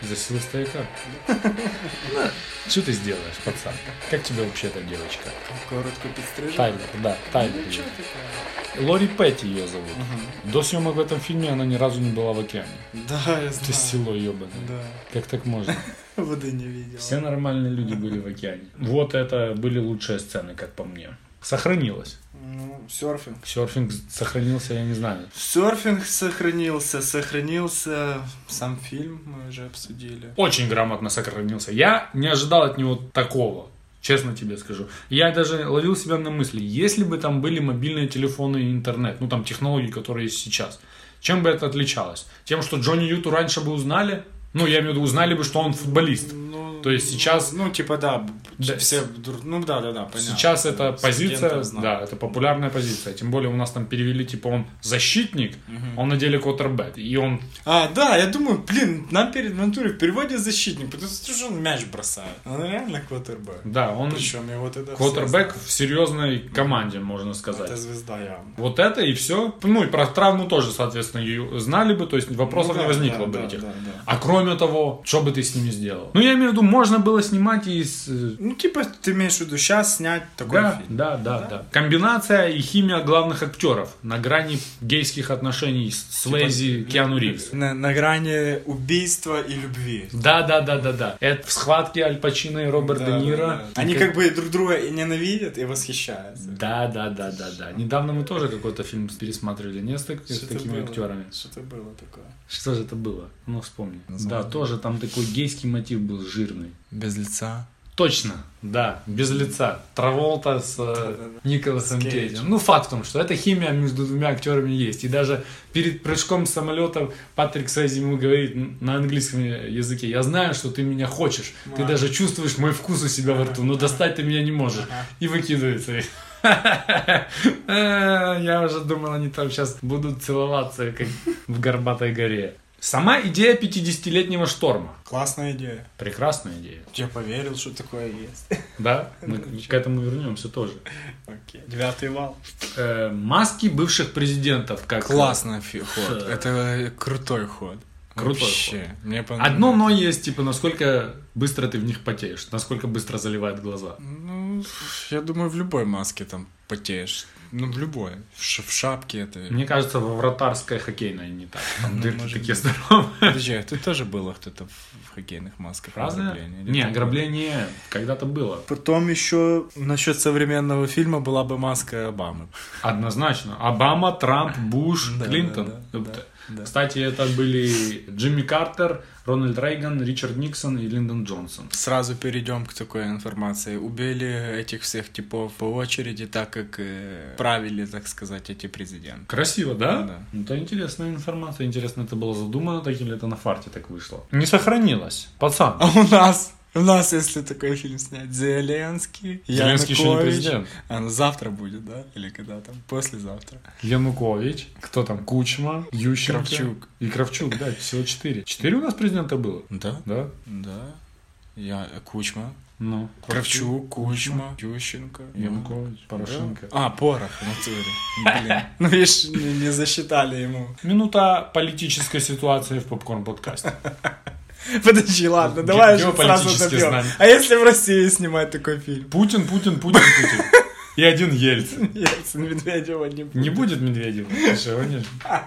S4: За силы стояка. Ну, Что ты сделаешь, пацан? Как тебе вообще эта девочка?
S5: Коротко подстрижен.
S4: Тайлер, да, Тайлер. её. Лори Петти ее зовут. До съемок в этом фильме она ни разу не была в океане.
S5: Да, я
S4: Ты
S5: знаю.
S4: село ебаное.
S5: Да.
S4: Как так
S5: *laughs*
S4: можно?
S5: Воды не видел.
S4: Все нормальные люди были в океане. Вот это были лучшие сцены, как по мне. сохранилось.
S5: Ну, серфинг.
S4: Серфинг сохранился, я не знаю.
S5: Серфинг сохранился, сохранился сам фильм, мы уже обсудили.
S4: Очень грамотно сохранился. Я не ожидал от него такого. Честно тебе скажу. Я даже ловил себя на мысли, если бы там были мобильные телефоны и интернет, ну там технологии, которые есть сейчас, чем бы это отличалось? Тем, что Джонни Юту раньше бы узнали, ну я имею в виду, узнали бы, что он футболист.
S5: Ну,
S4: То есть сейчас
S5: ну, типа, да, б-
S4: Да,
S5: все, друг- ну, да, да, да, понятно.
S4: Сейчас это
S5: Студентов
S4: позиция,
S5: знаю.
S4: да, это популярная позиция. Тем более у нас там перевели, типа он защитник, он на деле квотербек. И он,
S5: А, да, я думаю, блин, нам перед в натуре в переводе защитник, потому что же он мяч бросает. Он реально квотербек.
S4: да, он
S5: Причем его тогда все
S4: квотербек в серьезной команде, можно
S5: знают. Это
S4: сказать.
S5: звезда явно.
S4: Вот это и все. Ну и про травму тоже, соответственно, ее знали бы, то есть вопросов
S5: Ну да,
S4: не возникло
S5: да,
S4: бы
S5: да,
S4: этих.
S5: да, да.
S4: А кроме того, что бы ты с ними сделал? Ну я имею в виду, можно было снимать и с... э,
S5: Ну, типа, ты имеешь в виду сейчас снять такой
S4: Да,
S5: фильм.
S4: да, да, да. Комбинация и химия главных актеров на грани гейских отношений с
S5: Типа
S4: Лейзи Киану Ривз.
S5: На, на грани убийства и любви.
S4: Да, да, да, да, да. Это в схватке Аль Пачино и Роберт
S5: Да,
S4: Де
S5: да,
S4: Ниро.
S5: да. Они как бы друг друга и ненавидят, и восхищаются.
S4: Да, да, да, да, да. Недавно мы тоже какой-то фильм пересматривали, не с, так- с
S5: Что-то
S4: такими
S5: было.
S4: актерами.
S5: Что-то было такое.
S4: Что же это было? Ну вспомни. Да, тоже там такой гейский мотив был жирный.
S5: Без лица.
S4: Точно, да, без лица. Траволта с э, Николасом
S5: С Кейджем.
S4: Кейджем. Ну, факт в том, что эта химия между двумя актерами есть. И даже перед прыжком с самолета Патрик Свейзи ему говорит н- на английском языке, я знаю, что ты меня хочешь, ты
S5: Ага.
S4: даже чувствуешь мой вкус у себя во рту, но достать ты меня не можешь. И выкидывается. *laughs* Э, Я уже думал, они там сейчас будут целоваться, как в Горбатой горе. Сама идея 50-летнего шторма.
S5: Классная идея.
S4: Прекрасная идея.
S5: Я поверил, что такое есть. *laughs*
S4: Да, мы к этому вернемся тоже.
S5: Окей. Девятый вал.
S4: Э, маски бывших президентов. Как
S5: Классный фи- ход.
S4: Ха.
S5: Это крутой ход.
S4: Крутой
S5: Вообще. Мне понравилось.
S4: Одно но есть, типа, насколько быстро ты в них потеешь, насколько быстро заливает глаза.
S5: Ну, я думаю, в любой маске там потеешь. Ну, в любой. В, ш- в шапке это.
S4: Мне кажется, во вратарской хоккейной не так. Там
S5: Ну,
S4: дырки
S5: может
S4: такие
S5: быть.
S4: здоровые.
S5: Подожди, а тут тоже было кто-то в, в хоккейных масках.
S4: Разные?
S5: ограбление? Или
S4: Не,
S5: такое?
S4: ограбление когда-то было.
S5: Потом еще насчет современного фильма была бы маска Обамы.
S4: Однозначно. Обама, Трамп, Буш,
S5: Да,
S4: Клинтон.
S5: да, да,
S4: Э,
S5: да.
S4: Кстати, это были Джимми Картер, Рональд Рейган, Ричард Никсон и Линдон Джонсон.
S5: Сразу перейдем к такой информации. Убили этих всех типов по очереди, так как э, правили, так сказать, эти президенты.
S4: Красиво, да?
S5: Да.
S4: Ну, Это интересная информация. Интересно, это было задумано так или это на фарте так вышло? Не сохранилось. Пацан.
S5: А у нас, у нас, если такой фильм снять, Зеленский,
S4: Зеленский еще не
S5: Янукович.
S4: президент.
S5: А, ну, завтра будет, да? Или когда там? Послезавтра.
S4: Янукович, кто там, Кучма, Ющенко.
S5: Кравчук.
S4: И Кравчук, да, всего четыре. Четыре у нас президента было,
S5: Да?
S4: да?
S5: Да. Я Кучма.
S4: Ну.
S5: Кравчук, Кучма, Ющенко.
S4: Янукович, Порошенко.
S5: А, порох в натуре. Блин. *laughs* Ну, видишь, не, не засчитали ему. *laughs*
S4: Минута политической ситуации в попкорн-подкасте.
S5: Подожди, ладно, давай уже сразу
S4: Геополитические
S5: забьем.
S4: знания.
S5: А если в России снимать такой фильм?
S4: *laughs*
S5: *laughs*
S4: Путин, Путин, Путин, Путин. И один Ельцин.
S5: Ельцин, Медведева не будет.
S4: Не будет Медведева. Ты что, гонишь?
S5: Ай,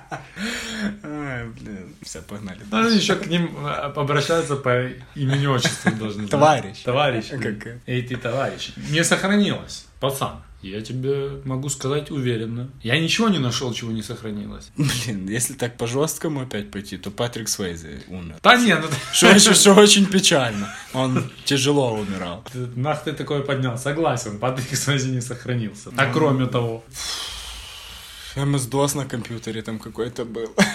S5: А, блин. Все, погнали.
S4: Ну, еще к ним э, обращаются по имени отчеству должны.
S5: Товарищ.
S4: Товарищ.
S5: Как?
S4: Эй, ты товарищ. Не сохранилось. Пацан, я тебе могу сказать уверенно. Я ничего не нашел, чего не сохранилось.
S5: Блин, если так по жесткому опять пойти, то Патрик Свейзи умер.
S4: Да не, ну
S5: Что еще, что очень печально. Он тяжело умирал.
S4: ты- нах ты такое поднял. Согласен, Патрик Связи не сохранился. А кроме того,
S5: МС-дос на компьютере там какой-то был. *laughs*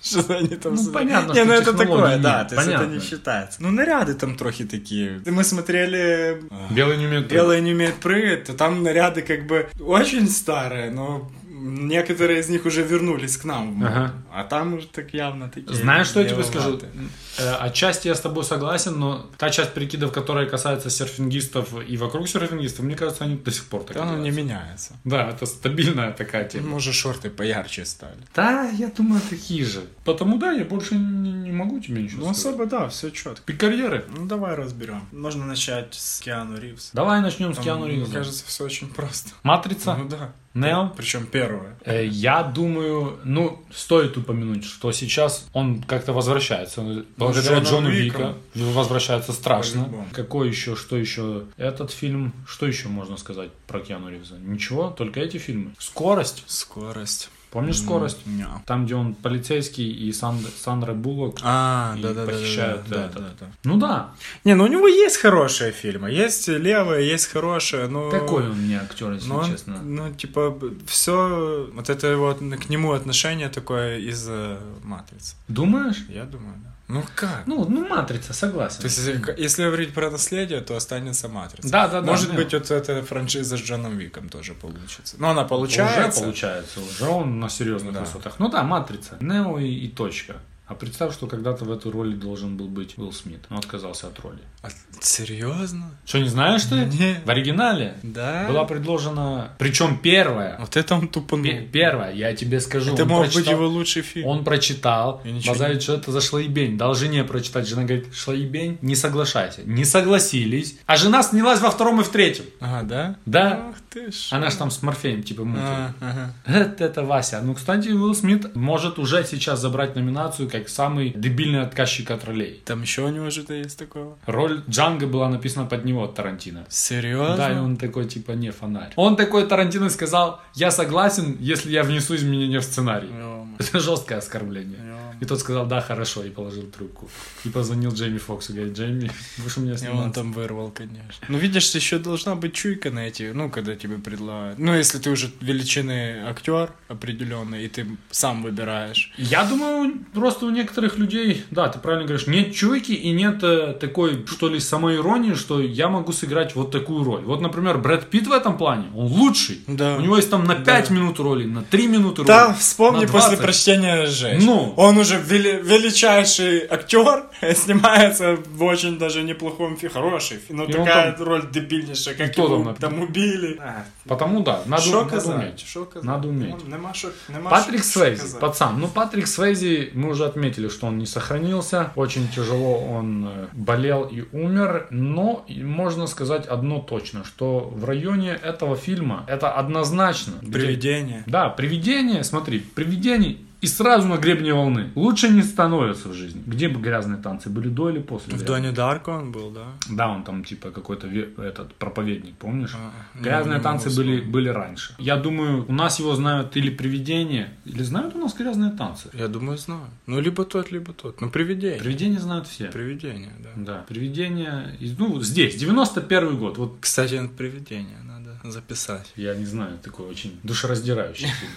S5: Что они там...
S4: Ну,
S5: за-
S4: понятно,
S5: не,
S4: что
S5: ну это
S4: технологий
S5: такое,
S4: нет,
S5: да, то есть это
S4: понятно.
S5: не считается. Ну наряды там трохи такие. Мы смотрели а,
S4: белый не умеет прыгать.
S5: «Белые не умеют прыгать», то там наряды как бы очень старые, но некоторые из них уже вернулись к нам.
S4: Ага.
S5: А там уже так явно такие...
S4: Знаешь, что я тебе скажу?
S5: беловатые.
S4: Э, Отчасти я с тобой согласен, но та часть прикидов, которая касается серфингистов и вокруг серфингистов, мне кажется, они до сих пор так
S5: Да, оно не
S4: делаются.
S5: меняется.
S4: Да, это стабильная такая тема.
S5: Может, шорты поярче стали. Ну,
S4: Да, я думаю, такие же. Потому да, я больше не, не могу тебе ничего
S5: Ну,
S4: сказать.
S5: особо, да, все четко.
S4: И карьеры.
S5: Ну, давай разберем. Можно начать с Киану Ривз.
S4: Давай начнем с
S5: Там,
S4: Киану Ривза.
S5: Мне кажется, все очень просто.
S4: Матрица,
S5: Ну да.
S4: Нео.
S5: Причем первое.
S4: Э, Я думаю, ну, стоит упомянуть, что сейчас он как-то возвращается. Он благодаря
S5: Джоном
S4: Джону Вика.
S5: Уиком.
S4: Возвращаются страшно.
S5: По-любому.
S4: Какой еще, что еще? Этот фильм, что еще можно сказать про Киану Ривза? Ничего, только эти фильмы. Скорость.
S5: Скорость.
S4: Помнишь Ну, скорость?
S5: Ня.
S4: Там, где он полицейский и Сан- Сандра Буллок.
S5: А,
S4: И
S5: да, да, да,
S4: похищают
S5: да, да,
S4: этот.
S5: да, да.
S4: Ну да.
S5: Не, ну у него есть хорошие фильмы, есть левые, есть хорошие, но...
S4: Какой он не актер, если
S5: но он,
S4: честно.
S5: Э, ну, типа, все, вот это вот к нему отношение такое из э, «Матрицы»,
S4: Думаешь?
S5: я думаю, да. Ну как?
S4: Ну, ну матрица, согласен.
S5: То есть, если, если говорить про наследие, то останется матрица.
S4: Да, да, да,
S5: Может
S4: да.
S5: быть, вот эта франшиза с Джоном Виком тоже получится. Но она
S4: Уже
S5: получается.
S4: получается, уже он на серьезных
S5: Да.
S4: высотах. Ну да, матрица. Нео и, и точка. А представь, что когда-то в этой роли должен был быть Уилл Смит. Он отказался от роли.
S5: А, серьезно?
S4: Что, не знаешь ты?
S5: Не.
S4: В оригинале
S5: Да.
S4: была предложена... Причем первая.
S5: Вот это он тупо.
S4: Пе- первая, я тебе скажу.
S5: Это
S4: он
S5: Ну. мог быть
S4: прочитал-
S5: его лучший фильм.
S4: Он прочитал,
S5: Я ничего
S4: базарит,
S5: не-
S4: что это за шлоебень. Дал жене прочитать. Жена говорит, шлоебень, не соглашайся. Не согласились. А жена снялась во втором и в третьем.
S5: Ага, да?
S4: Да.
S5: Ах ты ж.
S4: Она ж там с Морфеем, типа, мутила.
S5: А, ага.
S4: Это, это Вася. Ну, кстати, Уилл Смит может уже сейчас забрать номинацию как самый дебильный отказчик от ролей.
S5: Там еще у него что-то есть такого.
S4: Роль Джанго была написана под него от Тарантино.
S5: Серьезно?
S4: Да, и он такой, типа, не фонарь. Он такой Тарантино сказал, я согласен, если я внесу изменения в сценарий.
S5: Ё-моё.
S4: Это жесткое оскорбление.
S5: Ё-моё.
S4: И тот сказал, да, хорошо, и положил трубку. И позвонил Джейми Фоксу, говорит, Джейми, будешь у меня
S5: И он
S4: сниматься?
S5: там вырвал, конечно. Ну, видишь, еще должна быть чуйка на эти, ну, когда тебе предлагают. Ну, если ты уже величины актер определенный, и ты сам выбираешь.
S4: Я думаю, просто у некоторых людей, да, ты правильно говоришь, нет чуйки и нет э, такой, что ли, самоиронии, что я могу сыграть вот такую роль. Вот, например, Брэд Питт в этом плане, он лучший.
S5: Да.
S4: У него есть там на 5 минут роли, на 3 минуты роли.
S5: Да, вспомни
S4: на
S5: после
S4: 20.
S5: прочтения «Жечь».
S4: Ну.
S5: Он уже вели- величайший актер, *laughs* снимается в очень даже неплохом фильме. Хороший фильм. Ну,
S4: И он
S5: такая
S4: там-
S5: роль дебильнейшая, как
S4: кто
S5: его
S4: там
S5: там,
S4: напи-
S5: убили.
S4: Потому да, надо,
S5: Що
S4: надо
S5: казати?
S4: уметь.
S5: Що казати?
S4: Надо уметь.
S5: Нема- Ну, Нема що, нема
S4: Патрик
S5: що-
S4: Свейзи,
S5: що казати.
S4: пацан. Ну, Патрик Свейзи, мы уже отметили, что он не сохранился. Очень тяжело он э, болел и умер. Но и можно сказать одно точно, что в районе этого фильма это однозначно. где-
S5: Привидение.
S4: Да, привидение, смотри, привидение и сразу на гребне волны. Лучше не становится в жизни. Где бы грязные танцы были до или после?
S5: В
S4: «Грязных»?
S5: Доне Дарко он был, да?
S4: Да, он там типа какой-то ве- этот проповедник, помнишь?
S5: А,
S4: Грязные
S5: не- не
S4: танцы
S5: могу
S4: были,
S5: вспомнить.
S4: были раньше. Я думаю, у нас его знают или привидение, или знают у нас грязные танцы.
S5: Я думаю, знаю. Ну, либо тот, либо тот. Ну, привидение.
S4: Привидение знают все.
S5: Привидение, да.
S4: Да, привидение. из- Ну, вот здесь, 91 год. Вот
S5: Кстати, привидение надо записать.
S4: я не знаю, такой очень душераздирающий фильм.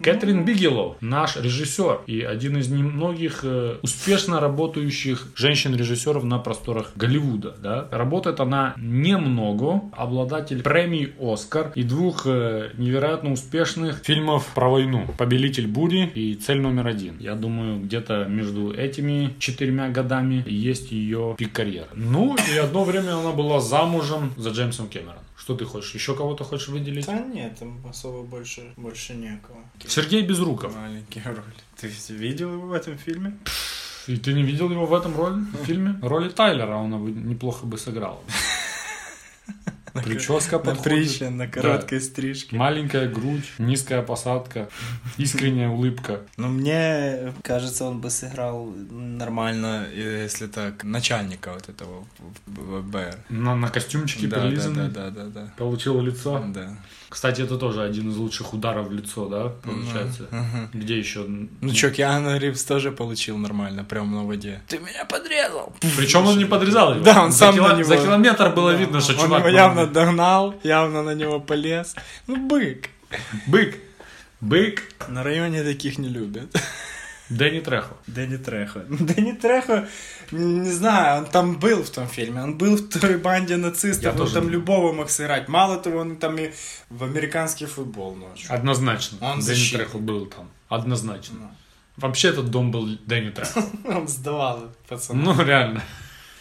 S4: Кэтрин Бигелоу, наш режиссер и один из немногих э, успешно работающих женщин-режиссеров на просторах Голливуда. Да? Работает она немного, обладатель премии «Оскар» и двух э, невероятно успешных фильмов про войну. «Побелитель бури» и «Цель номер один». Я думаю, где-то между этими четырьмя годами есть ее пик карьеры. Ну и одно время она была замужем за Джеймсом Кэмероном. Что ты хочешь? Еще кого-то хочешь выделить?
S5: Да нет, там особо больше, больше некого.
S4: Сергей Безруков.
S5: Маленький роль. Ты видел его в этом фильме?
S4: И ты не видел его в этом роли, в фильме? Роли Тайлера он бы неплохо бы сыграл.
S5: *laughs*
S4: Прическа
S5: На
S4: подходит.
S5: приче, на короткой стрижке.
S4: Маленькая грудь, низкая посадка, искренняя улыбка.
S5: Но Ну, мне кажется, он бы сыграл нормально, если так, начальника вот этого ВБР.
S4: На, на костюмчике
S5: Да, да,
S4: прилизанный.
S5: да, да, да, да.
S4: Получил лицо.
S5: Да.
S4: Кстати, это тоже один из лучших ударов в лицо, да, получается?
S5: Мгм.
S4: Где еще?
S5: Ну чё, Киану Ривз тоже получил нормально, прям на воде. Ты меня подрезал!
S4: Причем он не подрезал его.
S5: Да, он
S4: за
S5: сам
S4: кило-
S5: на него-
S4: За километр было
S5: Да,
S4: видно, что
S5: он
S4: чувак...
S5: его
S4: был-
S5: явно догнал, явно на него полез. Ну, бык.
S4: Бык! Бык!
S5: На районе таких не любят.
S4: Дэнни Трехо.
S5: Дэнни Трехо. *laughs* Дэнни Трехо, не знаю, он там был в том фильме, он был в той банде
S4: Я
S5: нацистов, он
S4: тоже
S5: там
S4: был.
S5: любого мог сыграть. Мало того, он там и в американский футбол
S4: *laughs*
S5: ночью.
S4: Однозначно.
S5: Он
S4: Дэнни
S5: защитник.
S4: Трехо был там. Однозначно. Вообще этот дом был Дэнни
S5: *laughs*
S4: Трехо.
S5: Он сдавал, пацаны.
S4: Ну, реально.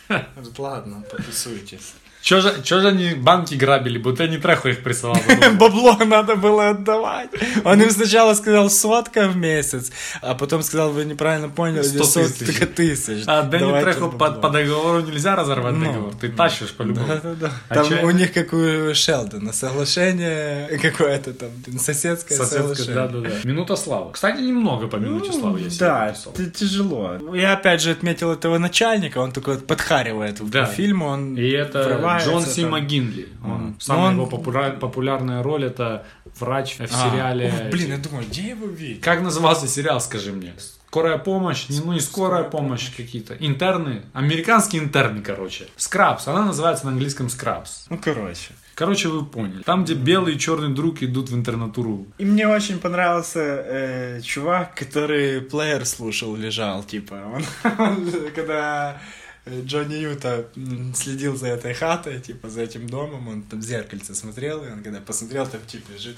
S5: Говорит, Ладно, потусуйтесь.
S4: Чё же, чё же они банки грабили? Будто я не траху их
S5: *laughs*
S4: присылал.
S5: *laughs* Бабло надо было отдавать. Он им сначала сказал сотка в месяц, а потом сказал, вы неправильно поняли,
S4: Сто тысяч.
S5: сотка тысяч.
S4: А Дэнни
S5: Давайте
S4: Трехо по,
S5: бабло.
S4: по договору нельзя разорвать
S5: Ну,
S4: договор. Ты тащишь по-любому.
S5: Да-да-да.
S4: А
S5: там
S4: чё
S5: у
S4: они-
S5: них как у Шелдона, соглашение *laughs* какое-то там, соседское
S4: Соседская,
S5: соглашение.
S4: да-да-да. Минута славы. Кстати, немного по минуте славы я себе
S5: Ну, Да,
S4: написал.
S5: это тяжело. Я опять же отметил этого начальника, он такой вот подхаривает в
S4: Да.
S5: фильму, он
S4: И это
S5: врывается
S4: Джон
S5: там.
S4: Си Магинли. Он,
S5: Мгм.
S4: Самая
S5: Он-
S4: его популя- популярная роль это врач в
S5: А,
S4: сериале.
S5: о, блин, я думаю, где я его видел?
S4: Как назывался сериал, скажи мне? Скорая помощь, не, ну не скорая, помощь, какие-то интерны, американские интерны, короче. Скрабс, она называется на английском Скрабс.
S5: Ну, короче.
S4: Короче, вы поняли. Там, где белый и черный друг идут в интернатуру.
S5: И мне очень понравился э, чувак, который плеер слушал, лежал, типа. Он, *laughs* он, когда э, Джонни Юта м, следил за этой хатой, типа, за этим домом, он там в зеркальце смотрел, и он когда посмотрел, там тип лежит,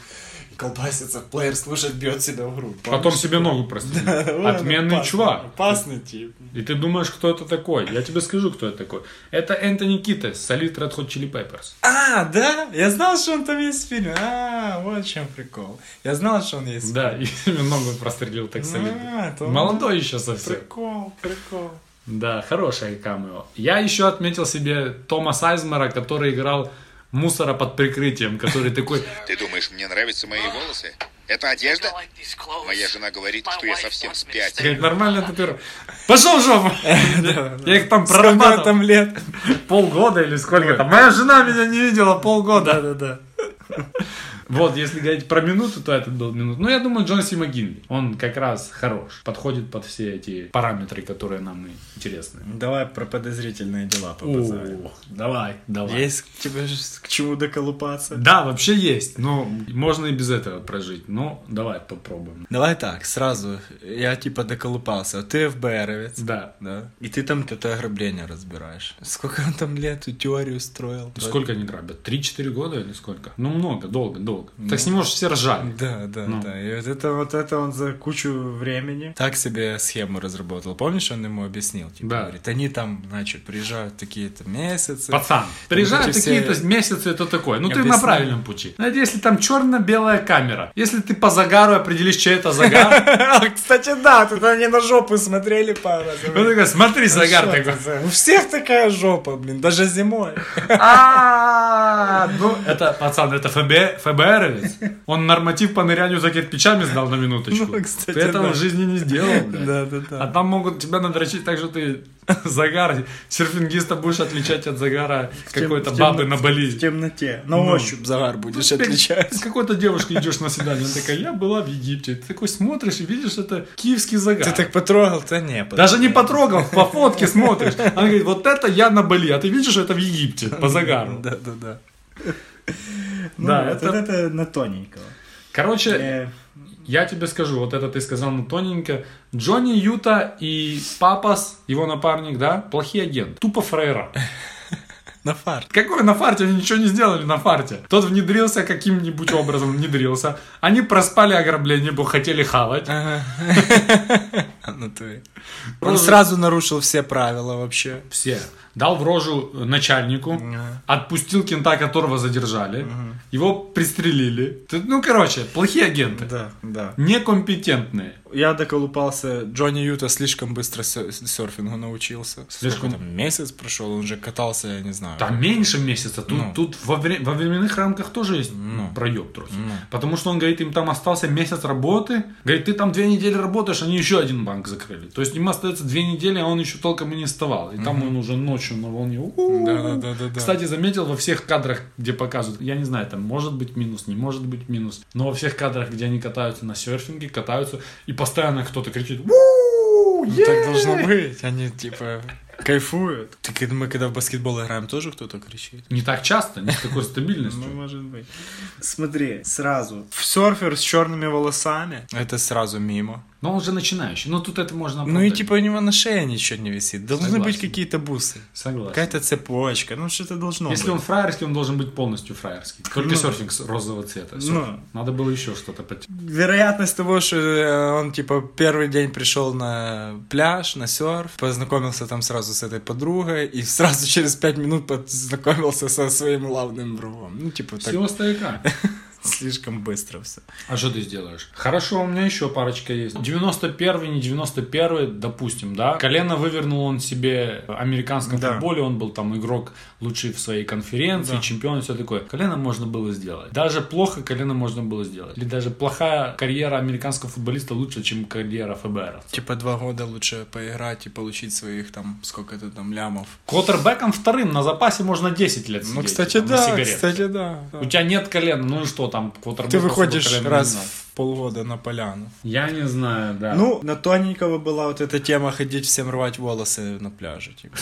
S5: колбасится, плеер слушает, бьет себя в грудь. *laughs*
S4: Потом
S5: Помнишь?
S4: себе ногу прострелил.
S5: Ой,
S4: Отменный
S5: опасный,
S4: чувак.
S5: Опасный тип.
S4: И ты думаешь, кто это такой? Я тебе скажу, кто это такой. Это Энтони Китес, солид Red Hot Chili Peppers.
S5: А, да? Я знал, что он там есть в фильме. А, вот в чем прикол. Я знал, что он есть.
S4: Да, *laughs* и себе ногу прострелил так
S5: А,
S4: солидно.
S5: то он-
S4: Молодой еще совсем.
S5: Прикол,
S4: *laughs*
S5: прикол.
S4: Да, хорошая камео. Я еще отметил себе Тома Сайзмера, который играл мусора под прикрытием, который такой...
S3: Ты думаешь, мне нравятся мои волосы? Это одежда? Моя жена говорит, что я совсем спятил.
S4: Говорит, нормально татуировка. Пошел в жопу! Я их там
S5: Сколько
S4: прорабатывал
S5: там лет?
S4: *laughs* полгода или сколько там. Моя жена меня не видела
S5: Ну
S4: полгода. Да-да-да. Вот, если говорить про минуту, то это был минут. Ну, я думаю, Джон Си Магинли. Он как раз хорош. Подходит под все эти параметры, которые нам и интересны.
S5: Давай про подозрительные дела побазарим.
S4: О, давай, давай.
S5: Есть к тебе ж- к чему доколупаться?
S4: Да, вообще есть, но можно и без этого прожить. Ну, давай попробуем.
S5: Давай так, сразу, я типа доколупался. Ты ФБРовец.
S4: Да.
S5: Да. И ты там это ограбление разбираешь. Сколько он там лет эту теорию строил?
S4: Сколько они грабят? Три-четыре года или сколько? Ну, много, долго, долго. Так с ним можешь все ржали.
S5: Да, да,
S4: Ну.
S5: да. И вот это вот это он за кучу времени. Так себе схему разработал. Помнишь, он ему объяснил? Типа,
S4: Да.
S5: говорит, они там, значит, приезжают такие-то месяцы.
S4: Пацан, приезжают
S5: эти *laughs*
S4: какие-то
S5: все-
S4: месяцы, это такое. Ну, ты
S5: Объясни.
S4: на правильном пути. Но это если там черно-белая камера, если ты по загару определишь, чей это загар, *laughs*
S5: Кстати, да, тут они на жопу смотрели пару раз.
S4: ну, такой, смотри,
S5: Ну,
S4: загар
S5: что
S4: такой. *laughs*
S5: ты за- У всех такая жопа, блин, даже зимой.
S4: А, Ну, это, пацан, это ФБ, ФБРовец. Он норматив по нырянию за кирпичами сдал на минуточку.
S5: Ну, кстати,
S4: ты этого
S5: да.
S4: в жизни не *laughs* сделал, блядь.
S5: Да, да, да.
S4: А там могут тебя надрочить так, что ты *laughs* загар серфингиста будешь отличать от загара какой-то
S5: в тем-
S4: бабы на Бали.
S5: В темноте. На
S4: Ну.
S5: ощупь загар будешь
S4: Теперь
S5: отличать.
S4: С какой-то девушкой идешь на свидание, она такая, я была в Египте. Ты такой смотришь и видишь, это киевский загар.
S5: Ты так потрогал, то не.
S4: Даже не потрогал, по фотке смотришь. Она говорит, вот это я на Бали, а ты видишь, это в Египте, по загару.
S5: Да, да, да. Ну,
S4: Да,
S5: вот
S4: это-
S5: это на тоненького.
S4: Короче,
S5: Э,
S4: я тебе скажу, вот это ты сказал ну, тоненько. Джонни Юта и Папас, его напарник, да, плохие агенты. Тупо фраера.
S5: На фарт.
S4: Какой на фарте? Они ничего не сделали на фарте. Тот внедрился каким-нибудь образом, внедрился. Они проспали ограбление, бо хотели хавать.
S5: *laughs* Ну, ты. Он
S4: Просто-
S5: сразу нарушил все правила вообще.
S4: Все. Дал в рожу э, начальнику,
S5: Ага.
S4: отпустил кента, которого задержали, его пристрелили. Ты- Ну, короче, плохие агенты.
S5: Да, да.
S4: Некомпетентные.
S5: Я доколупался. Джонни Юта слишком быстро сё- серфингу научился.
S4: Слишком.
S5: Сколько там месяц прошел, он же катался, я не знаю.
S4: Там меньше месяца. Тут,
S5: Ну.
S4: тут во, вре- во временных рамках тоже есть проеб трохи.
S5: Ну.
S4: Потому что он говорит, им там остался месяц работы. Говорит, ты там две недели работаешь, они еще один банк закрыли. То есть им остается две недели, а он еще толком и не вставал. И там он уже ночью на волне. у-у-у.
S5: Да-да-да-да-да.
S4: Кстати, заметил во всех кадрах, где показывают, я не знаю, там может быть минус, не может быть минус, но во всех кадрах, где они катаются на серфинге, катаются, и постоянно кто-то кричит. «У-у-у,
S5: Ну, Так
S4: е-е-е!»
S5: должно быть. Они типа кайфуют. Так и мы когда в баскетбол играем, тоже кто-то кричит.
S4: Не так часто, не с такой стабильностью.
S5: Ну, может быть. Смотри, сразу. Серфер с черными волосами. Это сразу мимо.
S4: Но он же начинающий. Но тут это можно
S5: Ну и
S4: оправдать.
S5: типа у него на шее ничего не висит. Должны быть
S4: Согласен.
S5: какие-то бусы.
S4: Согласен.
S5: Какая-то цепочка, ну что-то должно
S4: Если
S5: быть.
S4: он фраерский, он должен быть полностью фраерский. Только
S5: Ну.
S4: серфинг с розового цвета. Всё.
S5: Ну.
S4: Надо было еще что-то под...
S5: Вероятность того, что э, он, типа, первый день пришел на пляж, на серф, познакомился там сразу с этой подругой и сразу через пять минут познакомился со своим главным другом. Ну, типа, так
S4: Всего стояка.
S5: слишком быстро все.
S4: А что ты сделаешь? Хорошо, у меня еще парочка есть. 91 не 91 допустим, да? Колено вывернул он себе в американском
S5: Да.
S4: футболе, он был там игрок лучший в своей конференции, чемпион и все такое. Колено можно было сделать. Даже плохо колено можно было сделать. Или даже плохая карьера американского футболиста лучше, чем карьера ФБР.
S5: Типа, два года лучше поиграть и получить своих там, сколько-то там лямов.
S4: Квотербеком вторым на запасе можно 10 лет
S5: ну,
S4: сидеть,
S5: кстати,
S4: там, на
S5: да,
S4: сигаретах.
S5: кстати, да. да.
S4: У тебя нет колена, ну и что там, квотербек
S5: Ты
S4: особо
S5: выходишь
S4: колена не
S5: раз
S4: знает.
S5: в полгода на поляну.
S4: Я не знаю, да.
S5: Ну, на Тоненького была вот эта тема ходить всем рвать волосы на пляже. Типа.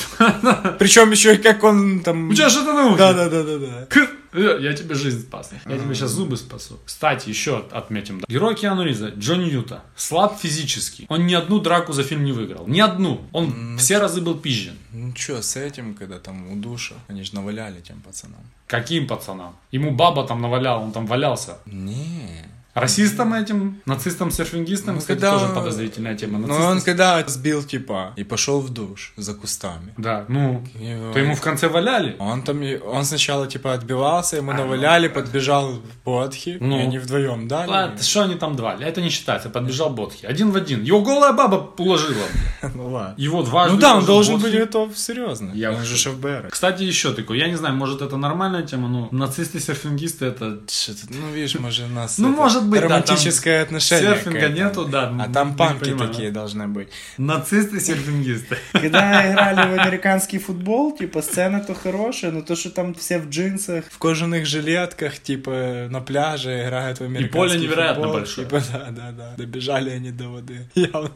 S4: *laughs*
S5: Причем еще и как он там...
S4: у тебя что-то на ухе.
S5: Да, да, да, да, да.
S4: Э, Я тебе жизнь спас. Я тебе сейчас зубы спасу. Кстати, еще отметим. да. Герой Киану Риза, Джон Юта, слаб физически. Он ни одну драку за фильм не выиграл. Ни одну. Он все разы был пизжен.
S5: Ну что, с этим, когда там у душа, они же наваляли тем пацанам.
S4: Каким пацанам? Ему баба там наваляла, он там валялся.
S5: Не.
S4: Расистом этим, нацистом-серфингистом,
S5: Ну,
S4: кстати,
S5: когда
S4: тоже
S5: он-
S4: подозрительная тема.
S5: Ну
S4: Нацистом-
S5: он когда сбил типа и пошел в душ за кустами.
S4: Да, ну,
S5: Его-
S4: то ему в конце валяли.
S5: Он там, и- он сначала типа отбивался, ему наваляли, подбежал Бодхи,
S4: А, Ну.
S5: и они вдвоем дали.
S4: Ладно, что они там двали? Это не считается. Подбежал Бодхи. Один в один. Его голая баба уложила.
S5: *laughs* ну ладно.
S4: Его дважды
S5: Ну да, он
S4: уложил
S5: должен
S4: Бодхи.
S5: быть готов серьезно.
S4: Я
S5: он
S4: в
S5: же ФБР.
S4: Кстати, еще такой, я не знаю, может это нормальная тема, но нацисты-серфингисты это...
S5: Что-то, ну, видишь, может, у нас
S4: Ну,
S5: это
S4: может быть, да, там
S5: романтическое отношение. к
S4: серфинга
S5: этому.
S4: нету, да,
S5: А
S4: м,
S5: там
S4: не
S5: панки
S4: понимаю.
S5: такие должны быть.
S4: Нацисты-серфингисты.
S5: Когда играли в американский футбол, типа, сцена то хорошая, но то, что там все в джинсах, в кожаных жилетках, типа, на пляже играют в американский
S4: поле невероятно
S5: футбол,
S4: большое.
S5: Типа, да, да, да. Добежали они до воды. *laughs* Явно.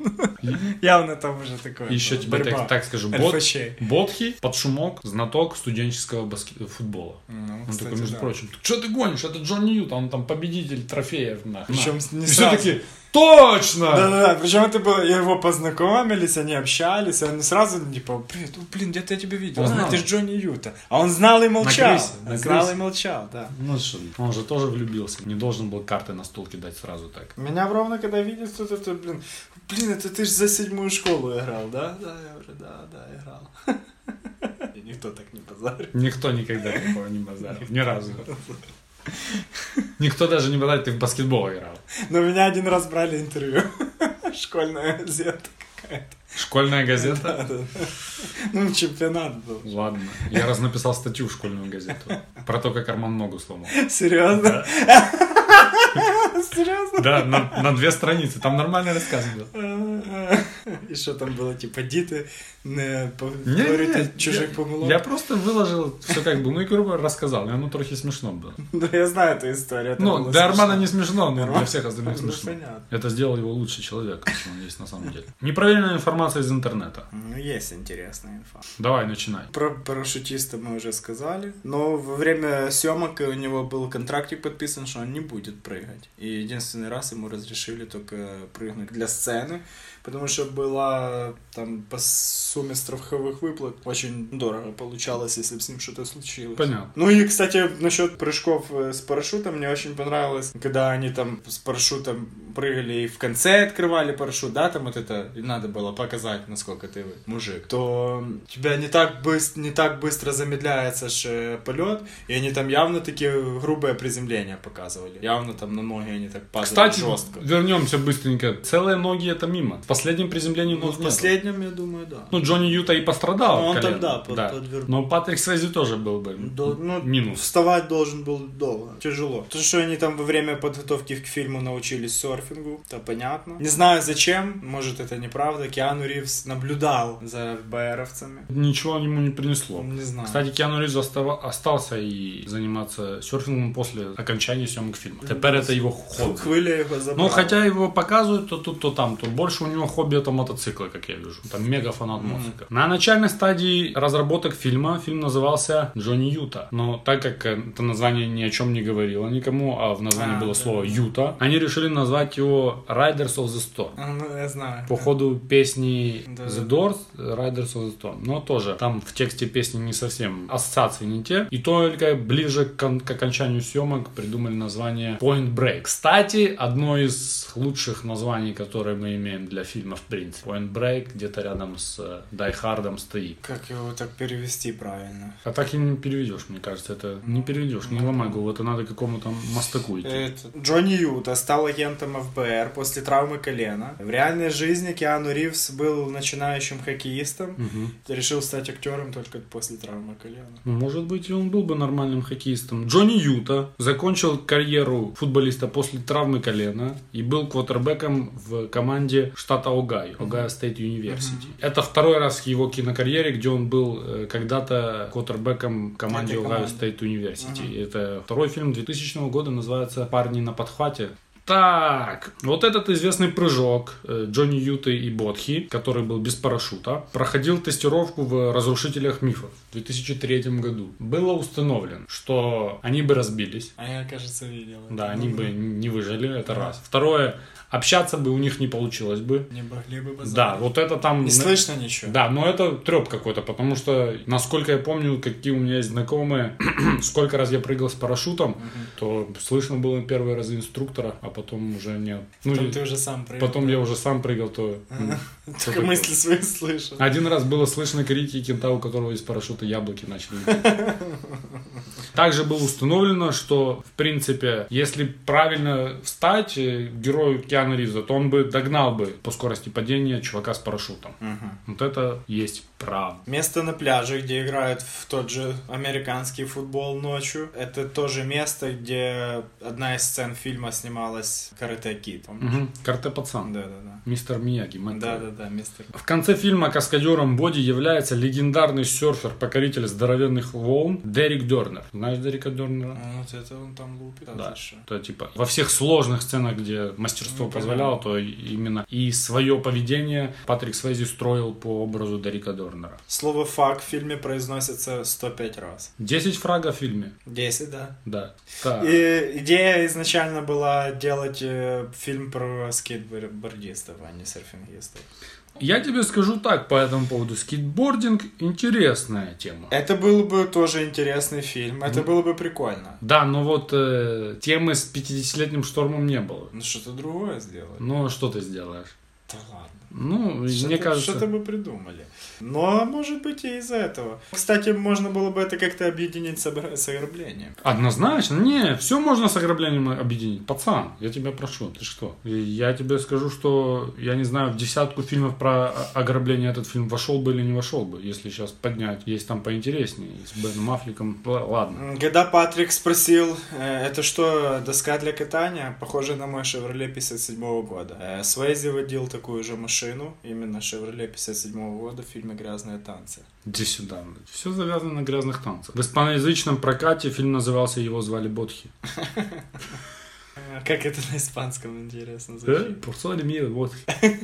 S5: Явно там уже такое.
S4: И Еще
S5: было.
S4: тебе
S5: Борьба.
S4: так, так скажу, бот,
S5: РФЧ.
S4: Бодхи, под шумок, знаток студенческого баске- футбола.
S5: Ну,
S4: Он
S5: кстати,
S4: такой, между
S5: да.
S4: прочим, что ты гонишь? Это Джон Ньют, он там победитель трофеев. нахуй». На.
S5: Причем не
S4: И все
S5: сразу.
S4: такие, точно!
S5: Да-да-да, причем это было, я его познакомились, они общались, и он сразу, типа, привет, о, блин, где-то я тебя видел,
S4: Он
S5: А,
S4: знал.
S5: ты ж Джонни Юта. А он знал и молчал,
S4: крысе, на
S5: знал
S4: крысе.
S5: и молчал, да.
S4: Ну что, он же тоже влюбился, не должен был карты на стол кидать сразу так.
S5: Меня ровно когда видит кто-то, то, блин, блин, это ты ж за седьмую школу играл, да? Да, я говорю, да, да, играл. И никто так не позарил.
S4: Никто никогда такого не базарил, ни разу. Никто даже не базарит, ты в баскетбол играл.
S5: Но меня один раз брали интервью. *laughs* Школьная газета какая-то.
S4: Школьная газета?
S5: Да-да. Ну, чемпионат был.
S4: Ладно. Я раз написал статью в школьную газету про то, как Арман ногу сломал.
S5: *laughs* Серьезно? Серьезно?
S4: Да, на, на две страницы. Там нормальный рассказ был.
S5: І що там було, типа, діти не по-
S4: Не,
S5: говорити чужих помилок.
S4: Я просто выложил все как бы, ну и грубо рассказал. И оно трохи смешно было.
S5: Ну, я знаю ту історію. це
S4: Ну,
S5: було
S4: для
S5: смішно.
S4: Армана не смешно, но для
S5: Нормально.
S4: всех остальных
S5: Ну,
S4: смешно.
S5: понятно.
S4: Это сделал его лучший человек, чем он есть на самом деле. Непроверенная информация из интернета.
S5: Ну, є інтересна інфа.
S4: Давай, начинай.
S5: Про парашютиста мы уже сказали, но во время съемок у него был контракт подписан, что он не будет прыгать. И единственный раз ему разрешили только прыгнуть для сцены, потому что была там по сумме страховых выплат очень дорого получалось, если бы с ним что-то случилось.
S4: Понятно.
S5: Ну и, кстати, насчет прыжков э, с парашютом мне очень понравилось, когда они там с парашютом прыгали и в конце открывали парашют, да, там вот это и надо было показать, насколько ты мужик, то тебя не так быстро, не так быстро замедляется ж э, полет, и они там явно такие грубые приземления показывали. Явно там на ноги они так падали
S4: Кстати,
S5: жестко.
S4: вернемся быстренько. Целые ноги это мимо. В последнем приземлении
S5: Ну,
S4: ног
S5: в
S4: нету.
S5: последнем, я думаю, да.
S4: Ну, Джонни Юта и пострадал.
S5: Ну, он
S4: от колена.
S5: там, да, под- подвернул.
S4: Но Патрик Свейзи тоже был бы
S5: До- ну,
S4: минус.
S5: Вставать должен был долго. Тяжело. То, что они там во время подготовки к фильму научились серфингу, это понятно. Не знаю зачем, может это неправда. Киану Ривз наблюдал за ФБРовцами.
S4: Ничего ему не принесло.
S5: Не знаю.
S4: Кстати, Киану Ривз остава- остался і займатися серфінгом після окончання зйомок фільму. Тепер це його хобі.
S5: Хвиля его забрала.
S4: Ну, хотя его показывают то тут, то там, то больше у него хобби это мотоциклы, как я вижу. Там мега фанат мотоцикла. На начальной стадии разработок фильма фильм назывался Джонни Юта. Но так как э, это название ни о чем не говорило никому, а в названии
S5: А,
S4: было
S5: да.
S4: слово Юта, они решили назвать его Riders of the Storm.
S5: А, ну, я знаю.
S4: По ходу песни
S5: Да.
S4: The Doors, Riders of the Storm. Но тоже там в тексте песни не совсем ассоциации не те. И только ближе к, кон- к окончанию съемок придумали название Point Break. Кстати, одно из лучших названий, которые мы имеем для фильма в принципе. Point Break где-то рядом с э, Die Hard стоит.
S5: Как его так перевести правильно?
S4: А так и не переведешь, мне кажется, это не переведешь, не ломай голову, это надо к какому-то мастаку идти.
S5: Это, Джонни Юта стал агентом ФБР после травмы колена. В реальной жизни Киану Ривз был начинающим хоккеистом. Решил стать актером только после травмы колена.
S4: Ну, Может быть, и он был бы нормальным хоккеистом. Джонни Юта закончил карьеру футболиста после травмы колена и был квотербеком в команде штата Огайо, Огайо Стейт University. Это второй раз в его кинокарьере, где он был э, когда-то квотербеком команде
S5: Этой
S4: Огайо
S5: команды.
S4: Стейт University. Это второй фильм 2000 года, называется «Парни на подхвате». Так, вот этот известный прыжок э, Джонни Юты и Ботхи, который был без парашюта, проходил тестировку в «Разрушителях мифов» в 2003 году. Было установлено, что они бы разбились,
S5: А я, кажется, видел. это.
S4: да, они бы не выжили, это раз. Второе, общаться бы у них не получилось бы.
S5: Не могли бы базарить.
S4: Да, вот это там...
S5: Не слышно ничего.
S4: Да, но это треп какой-то, потому что, насколько я помню, какие у меня есть знакомые, *clears throat* сколько раз я прыгал с парашютом, то слышно было первые разы инструктора, а потом уже нет. Ну,
S5: Потом
S4: и
S5: ты уже сам прыгал.
S4: потом я уже сам прыгал, то... м, что
S5: *laughs* А, Только
S4: такое?
S5: мысли свои слышал.
S4: Один раз было слышно крики кента, у которого из парашюта яблоки начали лететь.
S5: *laughs*
S4: Также было установлено, что, в принципе, если правильно встать э, герою Киану Ривза, то он бы догнал бы по скорости падения чувака с парашютом. Вот это есть правда.
S5: Место на пляже, где играют в тот же американский футбол ночью. Это тоже место, где одна из сцен фильма снималась Карате Кит. помнишь?
S4: Мгм. Карте пацан.
S5: Да-да-да.
S4: Мистер Мияги, мать твою.
S5: Да-да-да, мистер.
S4: В конце фильма каскадером Боди является легендарный серфер, покоритель здоровенных волн Дерек Дернер. Знаешь Дерека Дернера?
S5: Ну, Вот это он там лупит.
S4: Да.
S5: дальше.
S4: То, типа, во всех сложных сценах, где мастерство
S5: Ну,
S4: позволяло, то и- именно и свое поведение Патрик Свейзи строил по образу Дерека Дернера.
S5: Слово «фак» в фильме произносится 105 раз.
S4: 10 фрагов в фильме.
S5: 10, да.
S4: Да. Так.
S5: И идея изначально была делать э, фильм про скейтбордистов, а не серфингистов.
S4: Я тебе скажу так по этому поводу. Скейтбординг интересная тема.
S5: Это был бы тоже интересный фильм.
S4: Ну.
S5: Это было бы прикольно.
S4: Да, но вот э, темы с 50-летним штормом не было.
S5: Ну что-то другое сделать.
S4: Ну, что ты сделаешь?
S5: Да ладно.
S4: Ну, мне
S5: Что-то-
S4: кажется...
S5: Что-то бы придумали. Но может быть и из-за этого. Кстати, можно было бы это как-то объединить с, обра- с ограблением.
S4: Однозначно, не, все можно с ограблением объединить. Пацан, я тебя прошу, ты что? И Я тебе скажу, что я не знаю, в десятку фильмов про о- ограбление этот фильм вошел бы или не вошел бы, если сейчас поднять. Есть там поинтереснее, с Беном Аффлеком. Л- Ладно.
S5: М, Когда Патрик спросил, э, это что, доска для катания, похожая на мой Шевроле 57 года. Э, Свейзи водил такую же машину, именно Шевроле 57 года в фильме «Грязные танцы».
S4: Иди сюда. Все завязано на грязных танцах. В испаноязычном прокате фильм назывался «Его звали Бодхи».
S5: Э, Как это на испанском, интересно,
S4: Э,
S5: звучит.
S4: Por solo miedo, Бодхи. *laughs*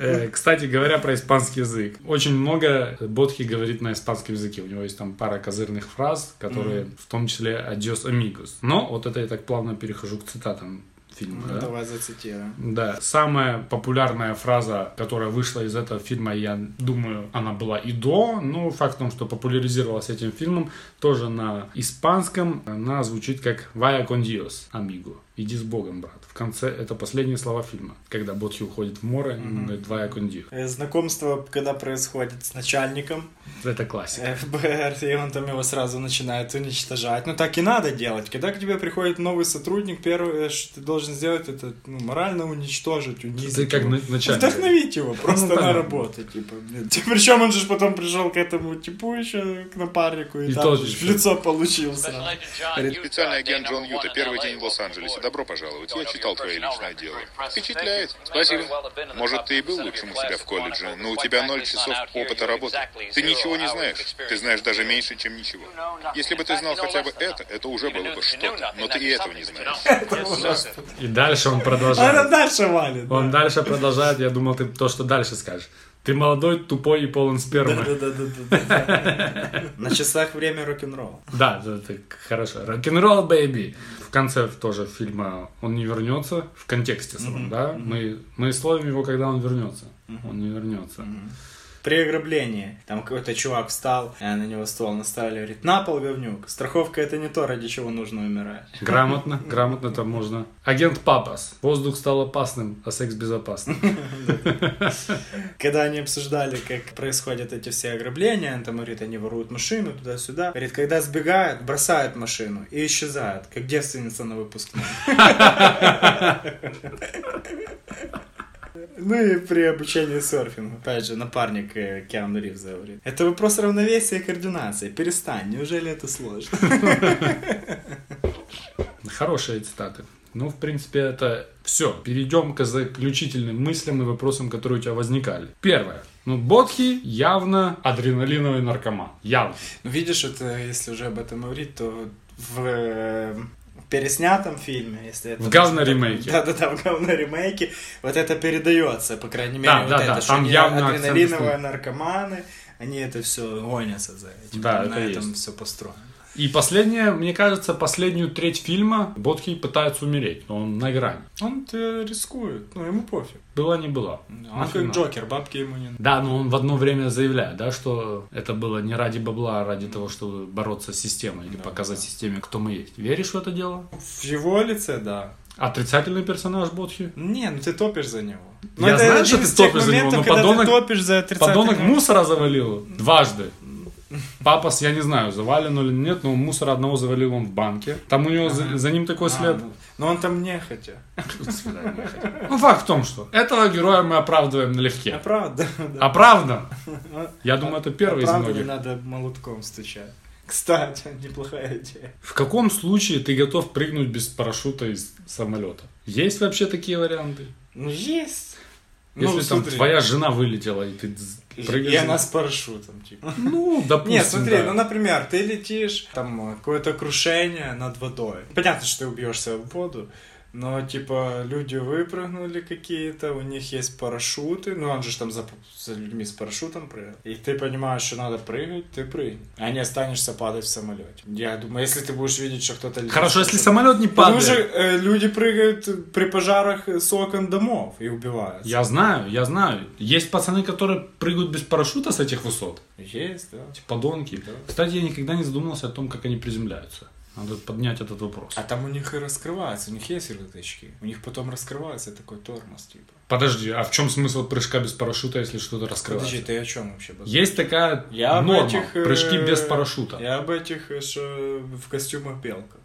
S4: Э, Кстати говоря про испанский язык. Очень много Бодхи говорит на испанском языке. У него есть там пара козырных фраз, которые в том числе «Adios amigos». Но вот это я так плавно перехожу к цитатам фильма.
S5: Ну,
S4: да?
S5: Давай зацитируем.
S4: Да, самая популярная фраза, которая вышла из этого фильма, я думаю, она была и до, но факт в том, что популяризировалась этим фильмом, тоже на испанском, она звучит как «Vaya con Dios, amigo». «Иди с Богом, брат». В конце это последние слова фильма, когда Ботхи уходит в море, он говорит «Vaya con Dios».
S5: Э, Знакомство, когда происходит с начальником
S4: Это классика.
S5: Э. ФБР, и он там его сразу начинает уничтожать. Ну так и надо делать. Когда к тебе приходит новый сотрудник, первое, э, что ты должен сделать, это ну, морально уничтожить, унизить.
S4: Ты как
S5: его.
S4: на- начальник.
S5: Вдохновить его просто
S4: Ну,
S5: на
S4: понятно.
S5: работу, типа. *laughs* Причем он же ж потом пришел к этому типу еще, к напарнику, и,
S4: И
S5: там
S4: тоже
S5: же ж в
S4: еще.
S5: лицо получился.
S3: Специальный агент Джон Юта, первый день в Лос-Анджелесе. Добро пожаловать. Я читал твое личное дело. Впечатляет. Спасибо. Может, ты и был лучшим у себя в колледже, но у тебя ноль часов опыта работы. Ты ничего не знаешь. Ты знаешь даже меньше, чем ничего. Если бы ты знал хотя бы это, это уже было бы что-то. Но ты и этого не знаешь.
S4: И дальше он
S5: А Она
S4: продолжает.
S5: дальше валит.
S4: Он дальше продолжает. Я думал, ты то, что дальше скажешь. Ты молодой, тупой и полон спермы.
S5: Да-да-да-да-да. На часах время рок-н-ролл.
S4: Да, да, ты хорошо. Рок-н-ролл, бэйби. В конце тоже фильма он не вернется в контексте самом, да? Мы, мы словим его, когда он вернется. Он не вернется.
S5: При ограблении там какой-то чувак встал, э, на него ствол наставили, говорит, на пол, говнюк, страховка это не то, ради чего нужно умирать.
S4: Грамотно, грамотно там можно. Агент Папас. Воздух стал опасным, а секс безопасным.
S5: Когда они обсуждали, как происходят эти все ограбления, он там говорит, они воруют машину туда-сюда. Говорит, когда сбегают, бросают машину и исчезают, как девственница на выпускном. *laughs* Ну и при обучении серфингу. Опять же, напарник э, Киану Ривза говорит. Это вопрос равновесия и координации. Перестань, неужели это сложно?
S4: Хорошие цитаты. Ну, в принципе, это все. Перейдем к заключительным мыслям и вопросам, которые у тебя возникали. Первое. Ну, Бодхи явно адреналиновый наркоман. Явно.
S5: Видишь, это, если уже об этом говорить, то в э, переснятом фильме, если это...
S4: В говноремейке.
S5: *laughs* Да-да-да, в говноремейке. Вот это передается, по крайней мере,
S4: Да,
S5: вот
S4: да,
S5: это,
S4: да,
S5: что
S4: там
S5: они
S4: явно акцент
S5: адреналиновые
S4: стоит.
S5: наркоманы, они это все гонятся за этим.
S4: Да,
S5: на
S4: это
S5: этом
S4: есть.
S5: все построено.
S4: И последнее, мне кажется, последнюю треть фильма Бодхи пытается умереть, но он э, на грани.
S5: Он рискует, ну ему пофиг.
S4: Была не была.
S5: Он как
S4: Нафиг надо.
S5: Джокер, бабки ему не
S4: Да, но он в одно время заявляет, да, что это было не ради бабла, а ради того, чтобы бороться с системой или показать системе, кто мы есть. Веришь в это дело?
S5: В его лице, да.
S4: Отрицательный персонаж Бодхи?
S5: Не, ну ты топишь за него.
S4: Ну, Я
S5: это
S4: знаю,
S5: один
S4: что ты
S5: из тех
S4: топишь за него,
S5: моментов,
S4: но
S5: когда
S4: подонок-
S5: ты топишь за
S4: Подонок
S5: отрицательного-
S4: мусора завалил дважды. Папас, я не знаю, завален он или нет, но мусора одного завалил он в банке. Там у него за, за ним такой
S5: А,
S4: след.
S5: ну, Но он там нехотя.
S4: До свидания, я хотел. Ну, факт в том, что этого героя мы оправдываем
S5: А
S4: налегке.
S5: правда, *laughs* да.
S4: Оправдан? А Я думаю, это первый из
S5: А Правда, не
S4: многих.
S5: надо молотком стучать. Кстати, *laughs* неплохая идея.
S4: В каком случае ты готов прыгнуть без парашюта из самолета? Есть вообще такие варианты?
S5: Ну, есть.
S4: Если там
S5: Ну, смотри,
S4: твоя жена вылетела, и ты з- прыгаешь...
S5: И она с парашютом, типа.
S4: Ну, допустим,
S5: Нет, смотри,
S4: да.
S5: ну, например, ты летишь, там э, какое-то крушение над водой. Понятно, что ты убьешься в воду, но, типа, люди выпрыгнули какие-то, у них есть парашюты, ну, он же ж там за, за людьми с парашютом прыгал. И ты понимаешь, что надо прыгать, ты прыгни, а не останешься падать в самолете. Я думаю, если ты будешь видеть, что кто-то... летит
S4: Хорошо,
S5: с
S4: если
S5: парашютом.
S4: самолет не
S5: Потому
S4: падает.
S5: что э, люди прыгают при пожарах с окон домов и убивают.
S4: Я знаю, я знаю. Есть пацаны, которые прыгают без парашюта с этих высот.
S5: Есть, да.
S4: Эти подонки. Кстати, я никогда не задумывался о том, как они приземляются. Надо поднять этот вопрос.
S5: А там у них и раскрывается, у них есть ярлычки. У них потом раскрывается такой тормоз, типа.
S4: Подожди, а в чем смысл прыжка без парашюта, если что-то раскрывается?
S5: Подожди, ты о чем вообще? базар?
S4: Есть такая
S5: Я об
S4: норма.
S5: этих, э,
S4: Прыжки без парашюта.
S5: Я об этих э, что в костюмах белка.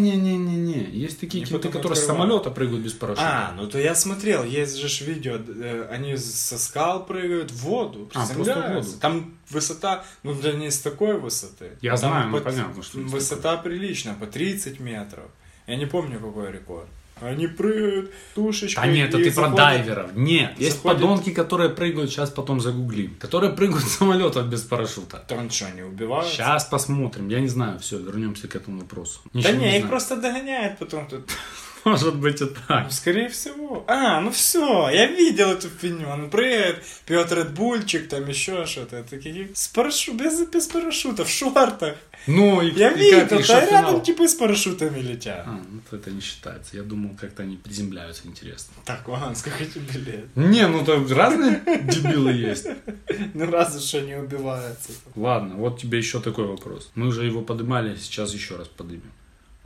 S4: Не-не-не-не-не. Есть такие
S5: Не
S4: кенты,
S5: потом
S4: которые с
S5: открывают.
S4: самолета прыгают без парашюта.
S5: А, ну то я смотрел, есть же ж видео, э, они со скал прыгают в воду,
S4: А, просто в
S5: приземляются.
S4: воду.
S5: Там высота, ну да не с такой высоты.
S4: Я
S5: Там
S4: знаю, ну, понятно, что не с
S5: Высота приличная, по 30 метров. Я не помню, какой рекорд. Они прыгают, тушечкой.
S4: Да нет, это
S5: и
S4: ты про
S5: заходят-
S4: дайверов. Нет, есть
S5: заходит-
S4: подонки, которые прыгают, сейчас потом загуглим. Которые прыгают *laughs* с самолета без парашюта.
S5: Там что, не убивают?
S4: Сейчас посмотрим. Я не знаю, все, вернемся к этому вопросу.
S5: Да
S4: Ничего
S5: не,
S4: знаю.
S5: их просто догоняет потом тут.
S4: Может быть и так.
S5: Ну, Скорее всего. А, ну все, я видел эту фигню. Он прыгает, Петр Бульчик, там еще что-то. Это какие- С парашу... без, без парашюта, в шортах.
S4: Ну и и
S5: Я
S4: как
S5: видел,
S4: их
S5: да,
S4: шофинал?
S5: рядом типы с парашютами летят.
S4: А, ну то это не считается. Я думал, как-то они приземляются, интересно.
S5: Так, Ван, сколько тебе лет?
S4: Не, ну там разные *laughs* дебилы есть.
S5: Ну раз уж они убиваются.
S4: Ладно, вот тебе еще такой вопрос. Мы уже его поднимали, сейчас еще раз поднимем.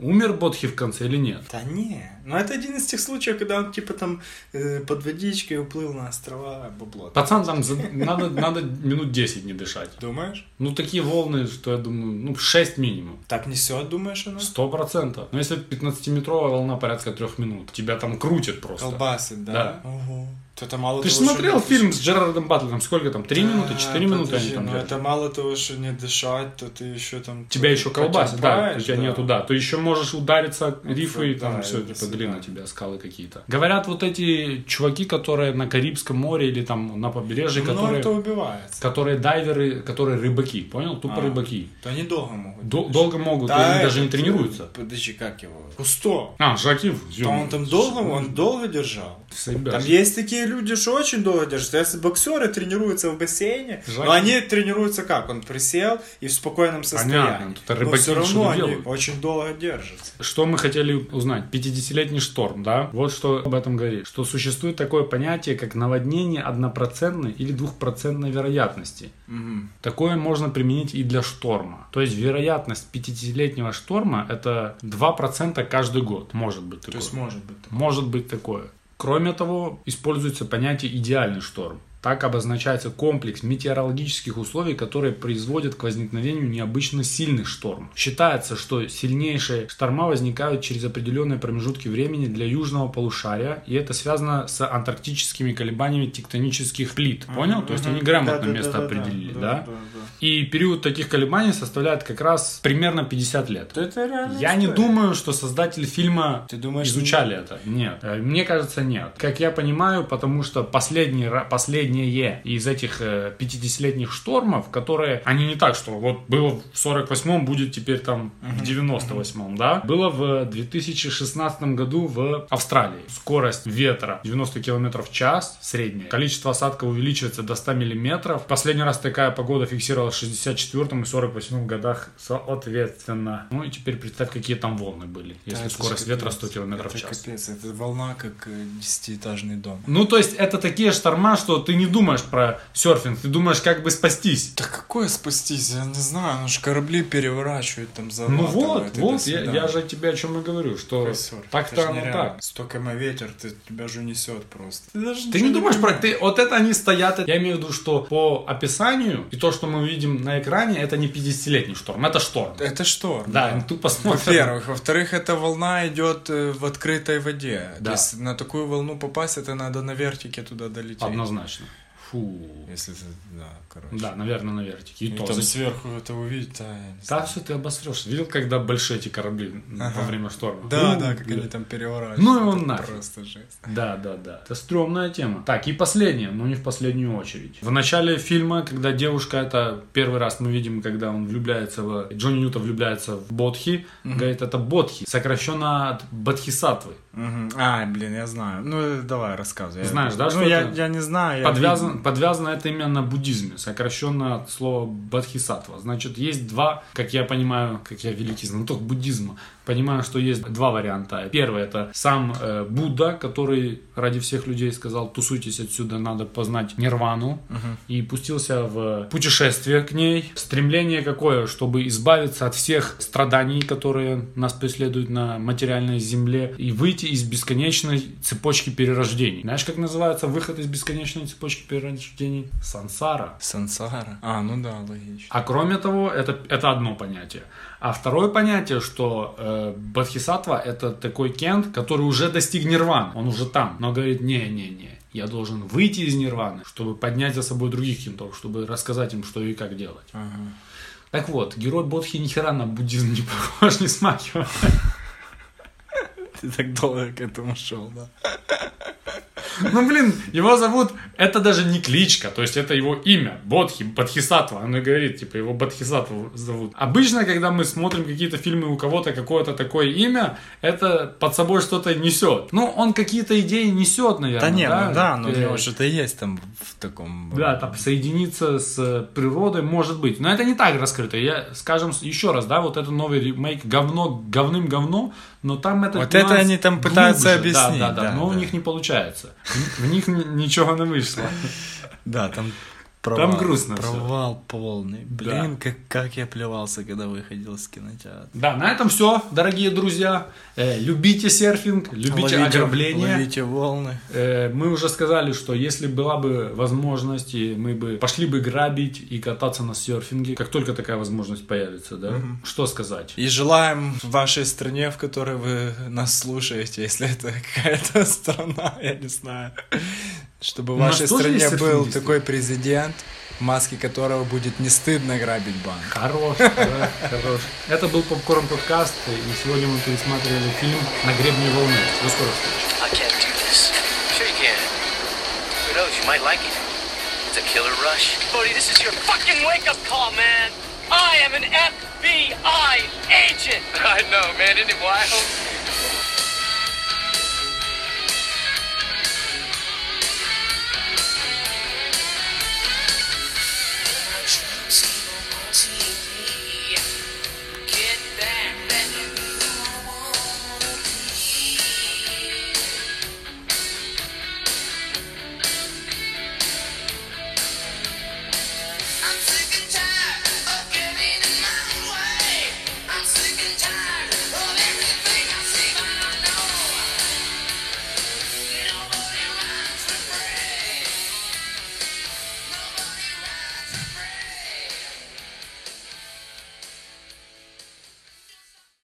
S4: Умер Бодхи в конце или нет?
S5: Да не, ну это один из тех случаев, когда он типа там э, под водичкой уплыл на острова бабло.
S4: Пацан, там за- надо, надо минут 10 не дышать.
S5: Думаешь?
S4: Ну, такие волны, что я думаю, ну, 6 минимум.
S5: Так несет, думаешь, она?
S4: Сто процентов. Но если 15-метровая волна порядка трех минут, тебя там крутит просто.
S5: Колбасы, да?
S4: Да.
S5: Ого. Это мало
S4: Ты же
S5: того, что
S4: смотрел
S5: не
S4: фильм с Джерардом Батлером, сколько там, три минуты, четыре минуты они
S5: подожди,
S4: там
S5: ну
S4: делали?
S5: это мало того, что не дышать, то ты еще там...
S4: Тебя еще колбасит, да, у
S5: потерпаешь,
S4: тебя
S5: да.
S4: нету, да. Ты еще можешь удариться, рифы, и
S5: да,
S4: там
S5: это
S4: все,
S5: всё,
S4: типа, глина
S5: да.
S4: тебя, скалы какие-то. Говорят, вот эти чуваки, которые на Карибском море или там на побережье,
S5: Ну,
S4: которые...
S5: это убивается.
S4: Которые дайверы, которые рыбаки, понял? Тупо
S5: А.
S4: рыбаки.
S5: То они долго могут.
S4: Дол- долго могут,
S5: Да,
S4: они даже не
S5: это-
S4: тренируются.
S5: Подожди, как его? Кусто.
S4: А, Жакив,
S5: То он там долго, он долго держал. Там есть такие люди, что очень долго держат. Если боксеры тренируются в бассейне,
S4: Жаль.
S5: но они тренируются как? Он присел и в спокойном состоянии.
S4: тут рыбаки
S5: но все равно
S4: что-то
S5: они
S4: делают.
S5: очень долго держатся.
S4: Что мы хотели узнать? 50-летний шторм, да? Вот что об этом говорит. Что существует такое понятие, как наводнение однопроцентной или двухпроцентной вероятности. Такое можно применить и для шторма. То есть вероятность 50-летнего шторма это 2% каждый год может быть такое.
S5: То есть может быть.
S4: Может быть такое. Кроме того, используется понятие идеальный шторм. Так обозначается комплекс метеорологических условий, которые производят к возникновению необычно сильных шторм. Считается, что сильнейшие шторма возникают через определенные промежутки времени для южного полушария, и это связано с антарктическими колебаниями тектонических плит. Понял? Ну, То есть они грамотно место определили, да? И период таких колебаний составляет как раз примерно 50 лет.
S5: Это реально.
S4: Я не думаю, что создатель фильма
S5: Ты думаешь,
S4: изучали это. Нет. Э, Мне кажется, нет. Как я понимаю, потому что последний, ра- последнее из этих э, 50-летних штормов, которые, они не так, что вот было в 48-м, будет теперь там в 98-м, да? Было в 2016 году в Австралии. Скорость ветра 90 км в час средняя. Количество осадков увеличивается до 100 мм. Последний раз такая погода фиксировалась в 64 и 48 годах соответственно. Ну и теперь представь, какие там волны были, если скорость ветра 100 км в
S5: это
S4: час.
S5: капец, это волна, как э, десятиэтажный дом.
S4: Ну, то есть, это такие шторма, что ты не думаешь про серфинг, ты думаешь, как бы спастись.
S5: Да какое спастись, я не знаю, ну же корабли переворачивают там за
S4: Ну вот, вот, я, я же тебе о чем и говорю, что так-то оно так.
S5: Столько мы ветер, ты, тебя же унесет просто. Ты, даже
S4: Ну, Ты
S5: ничего
S4: не думаешь про...
S5: понимаешь.
S4: Ты, вот это они стоят... это- Я имею в виду, что по описанию и то, что мы видим на экране, это не 50-летний шторм, это шторм.
S5: Это что?
S4: Да, ну, тупо смотрят.
S5: Во-первых. Во-вторых, эта волна идет э, в открытой воде.
S4: Да.
S5: То есть на такую волну попасть, это надо на вертике туда долететь.
S4: Однозначно. Фу.
S5: Если ты, да, короче.
S4: Да, наверное, на вертике. И
S5: И
S4: то.
S5: там
S4: за-
S5: сверху это увидеть, да, я не
S4: Да,
S5: знаю.
S4: все, ты обосрешься. Видел, когда большие эти корабли во время шторма?
S5: Да,
S4: Ну,
S5: да, как
S4: блин.
S5: они там переворачивают.
S4: Ну и он
S5: Это
S4: нафиг.
S5: Просто жесть.
S4: Да, да, да. Это стрёмная тема. Так, и последнее, но не в последнюю очередь. В начале фильма, когда девушка, это первый раз мы видим, когда он влюбляется в... Джонни Ньюта влюбляется в Бодхи, говорит, это Бодхи, сокращенно от Бодхисаттвы.
S5: Мгм. А, блин, я знаю. Ну, давай, рассказывай. Я-
S4: Знаешь, да,
S5: Ну,
S4: что
S5: я,
S4: это?
S5: я не знаю. я
S4: Подвязан-
S5: видел.
S4: подвязано это именно на буддизме, сокращенно от слова бодхисаттва. Значит, есть два, как я понимаю, как я великий знаток буддизма, понимаю, что есть два варианта. Первый это сам э, Будда, который ради всех людей сказал, тусуйтесь отсюда, надо познать нирвану, и пустился в путешествие к ней. Стремление какое, чтобы избавиться от всех страданий, которые нас преследуют на материальной земле, и выйти из бесконечной цепочки перерождений. Знаешь, как называется выход из бесконечной цепочки перерождений? Сансара.
S5: Сансара. А, ну да, логично. *laughs*
S4: А кроме того, это, это одно понятие. А второе понятие, что э, Бодхисаттва это такой кент, который уже достиг нирваны, он уже там, но говорит, не-не-не, я должен выйти из нирваны, чтобы поднять за собой других кентов, чтобы рассказать им, что и как делать.
S5: Ага.
S4: Так вот, герой Бодхи ни хера на буддизм не *laughs* похож, не смахивает.
S5: Ты так долго к этому шел, да?
S4: *laughs* Ну, блин, его зовут, это даже не кличка, то есть это его имя, Бодхи, Бодхисатва, оно и говорит, типа, его Бодхисатва зовут. Обычно, когда мы смотрим какие-то фильмы у кого-то какое-то такое имя, это под собой что-то несет. Ну, он какие-то идеи несет, наверное,
S5: Да не,
S4: да?
S5: ну да, но у
S4: Э,
S5: него что-то есть там в таком... э,
S4: Да, там соединиться с э, природой может быть. Но это не так раскрыто. Я, скажем, с- еще раз, да, вот это новый ремейк говно, говным говно, но там это
S5: Вот это они там пытаются объяснить,
S4: Да, да, да,
S5: да,
S4: но у
S5: да.
S4: них не получается. В- В них н- ничего не вышло.
S5: Да, там провал.
S4: грустно всё.
S5: Провал полный. Блин, как, как я плевался, когда выходил из кинотеатра.
S4: Да, на этом все, дорогие друзья. Э, любите серфинг, любите
S5: Ловите-
S4: ограбление.
S5: Ловите волны.
S4: Э, мы уже сказали, что если была бы возможность, и мы бы пошли бы грабить и кататься на серфинге, как только такая возможность появится, да? Что сказать?
S5: И желаем в вашей стране, в *laughs* которой вы нас слушаете, если это какая-то страна, я не знаю, Чтобы
S4: У
S5: в
S4: нас
S5: вашей
S4: тоже есть
S5: стране был
S4: сотрудничество?
S5: такой президент, маски которого будет не стыдно грабить банк.
S4: Хорош, да, хорош. Это был Попкорн подкаст, и сегодня мы пересматривали фильм «На гребне волны». До скорых встреч.
S7: I can't do this. Sure you can. Who knows? You might like it. It's a killer rush.
S8: Buddy, this is your fucking wake up call, man. I am an FBI agent.
S7: *laughs* I know, man. Isn't it wild?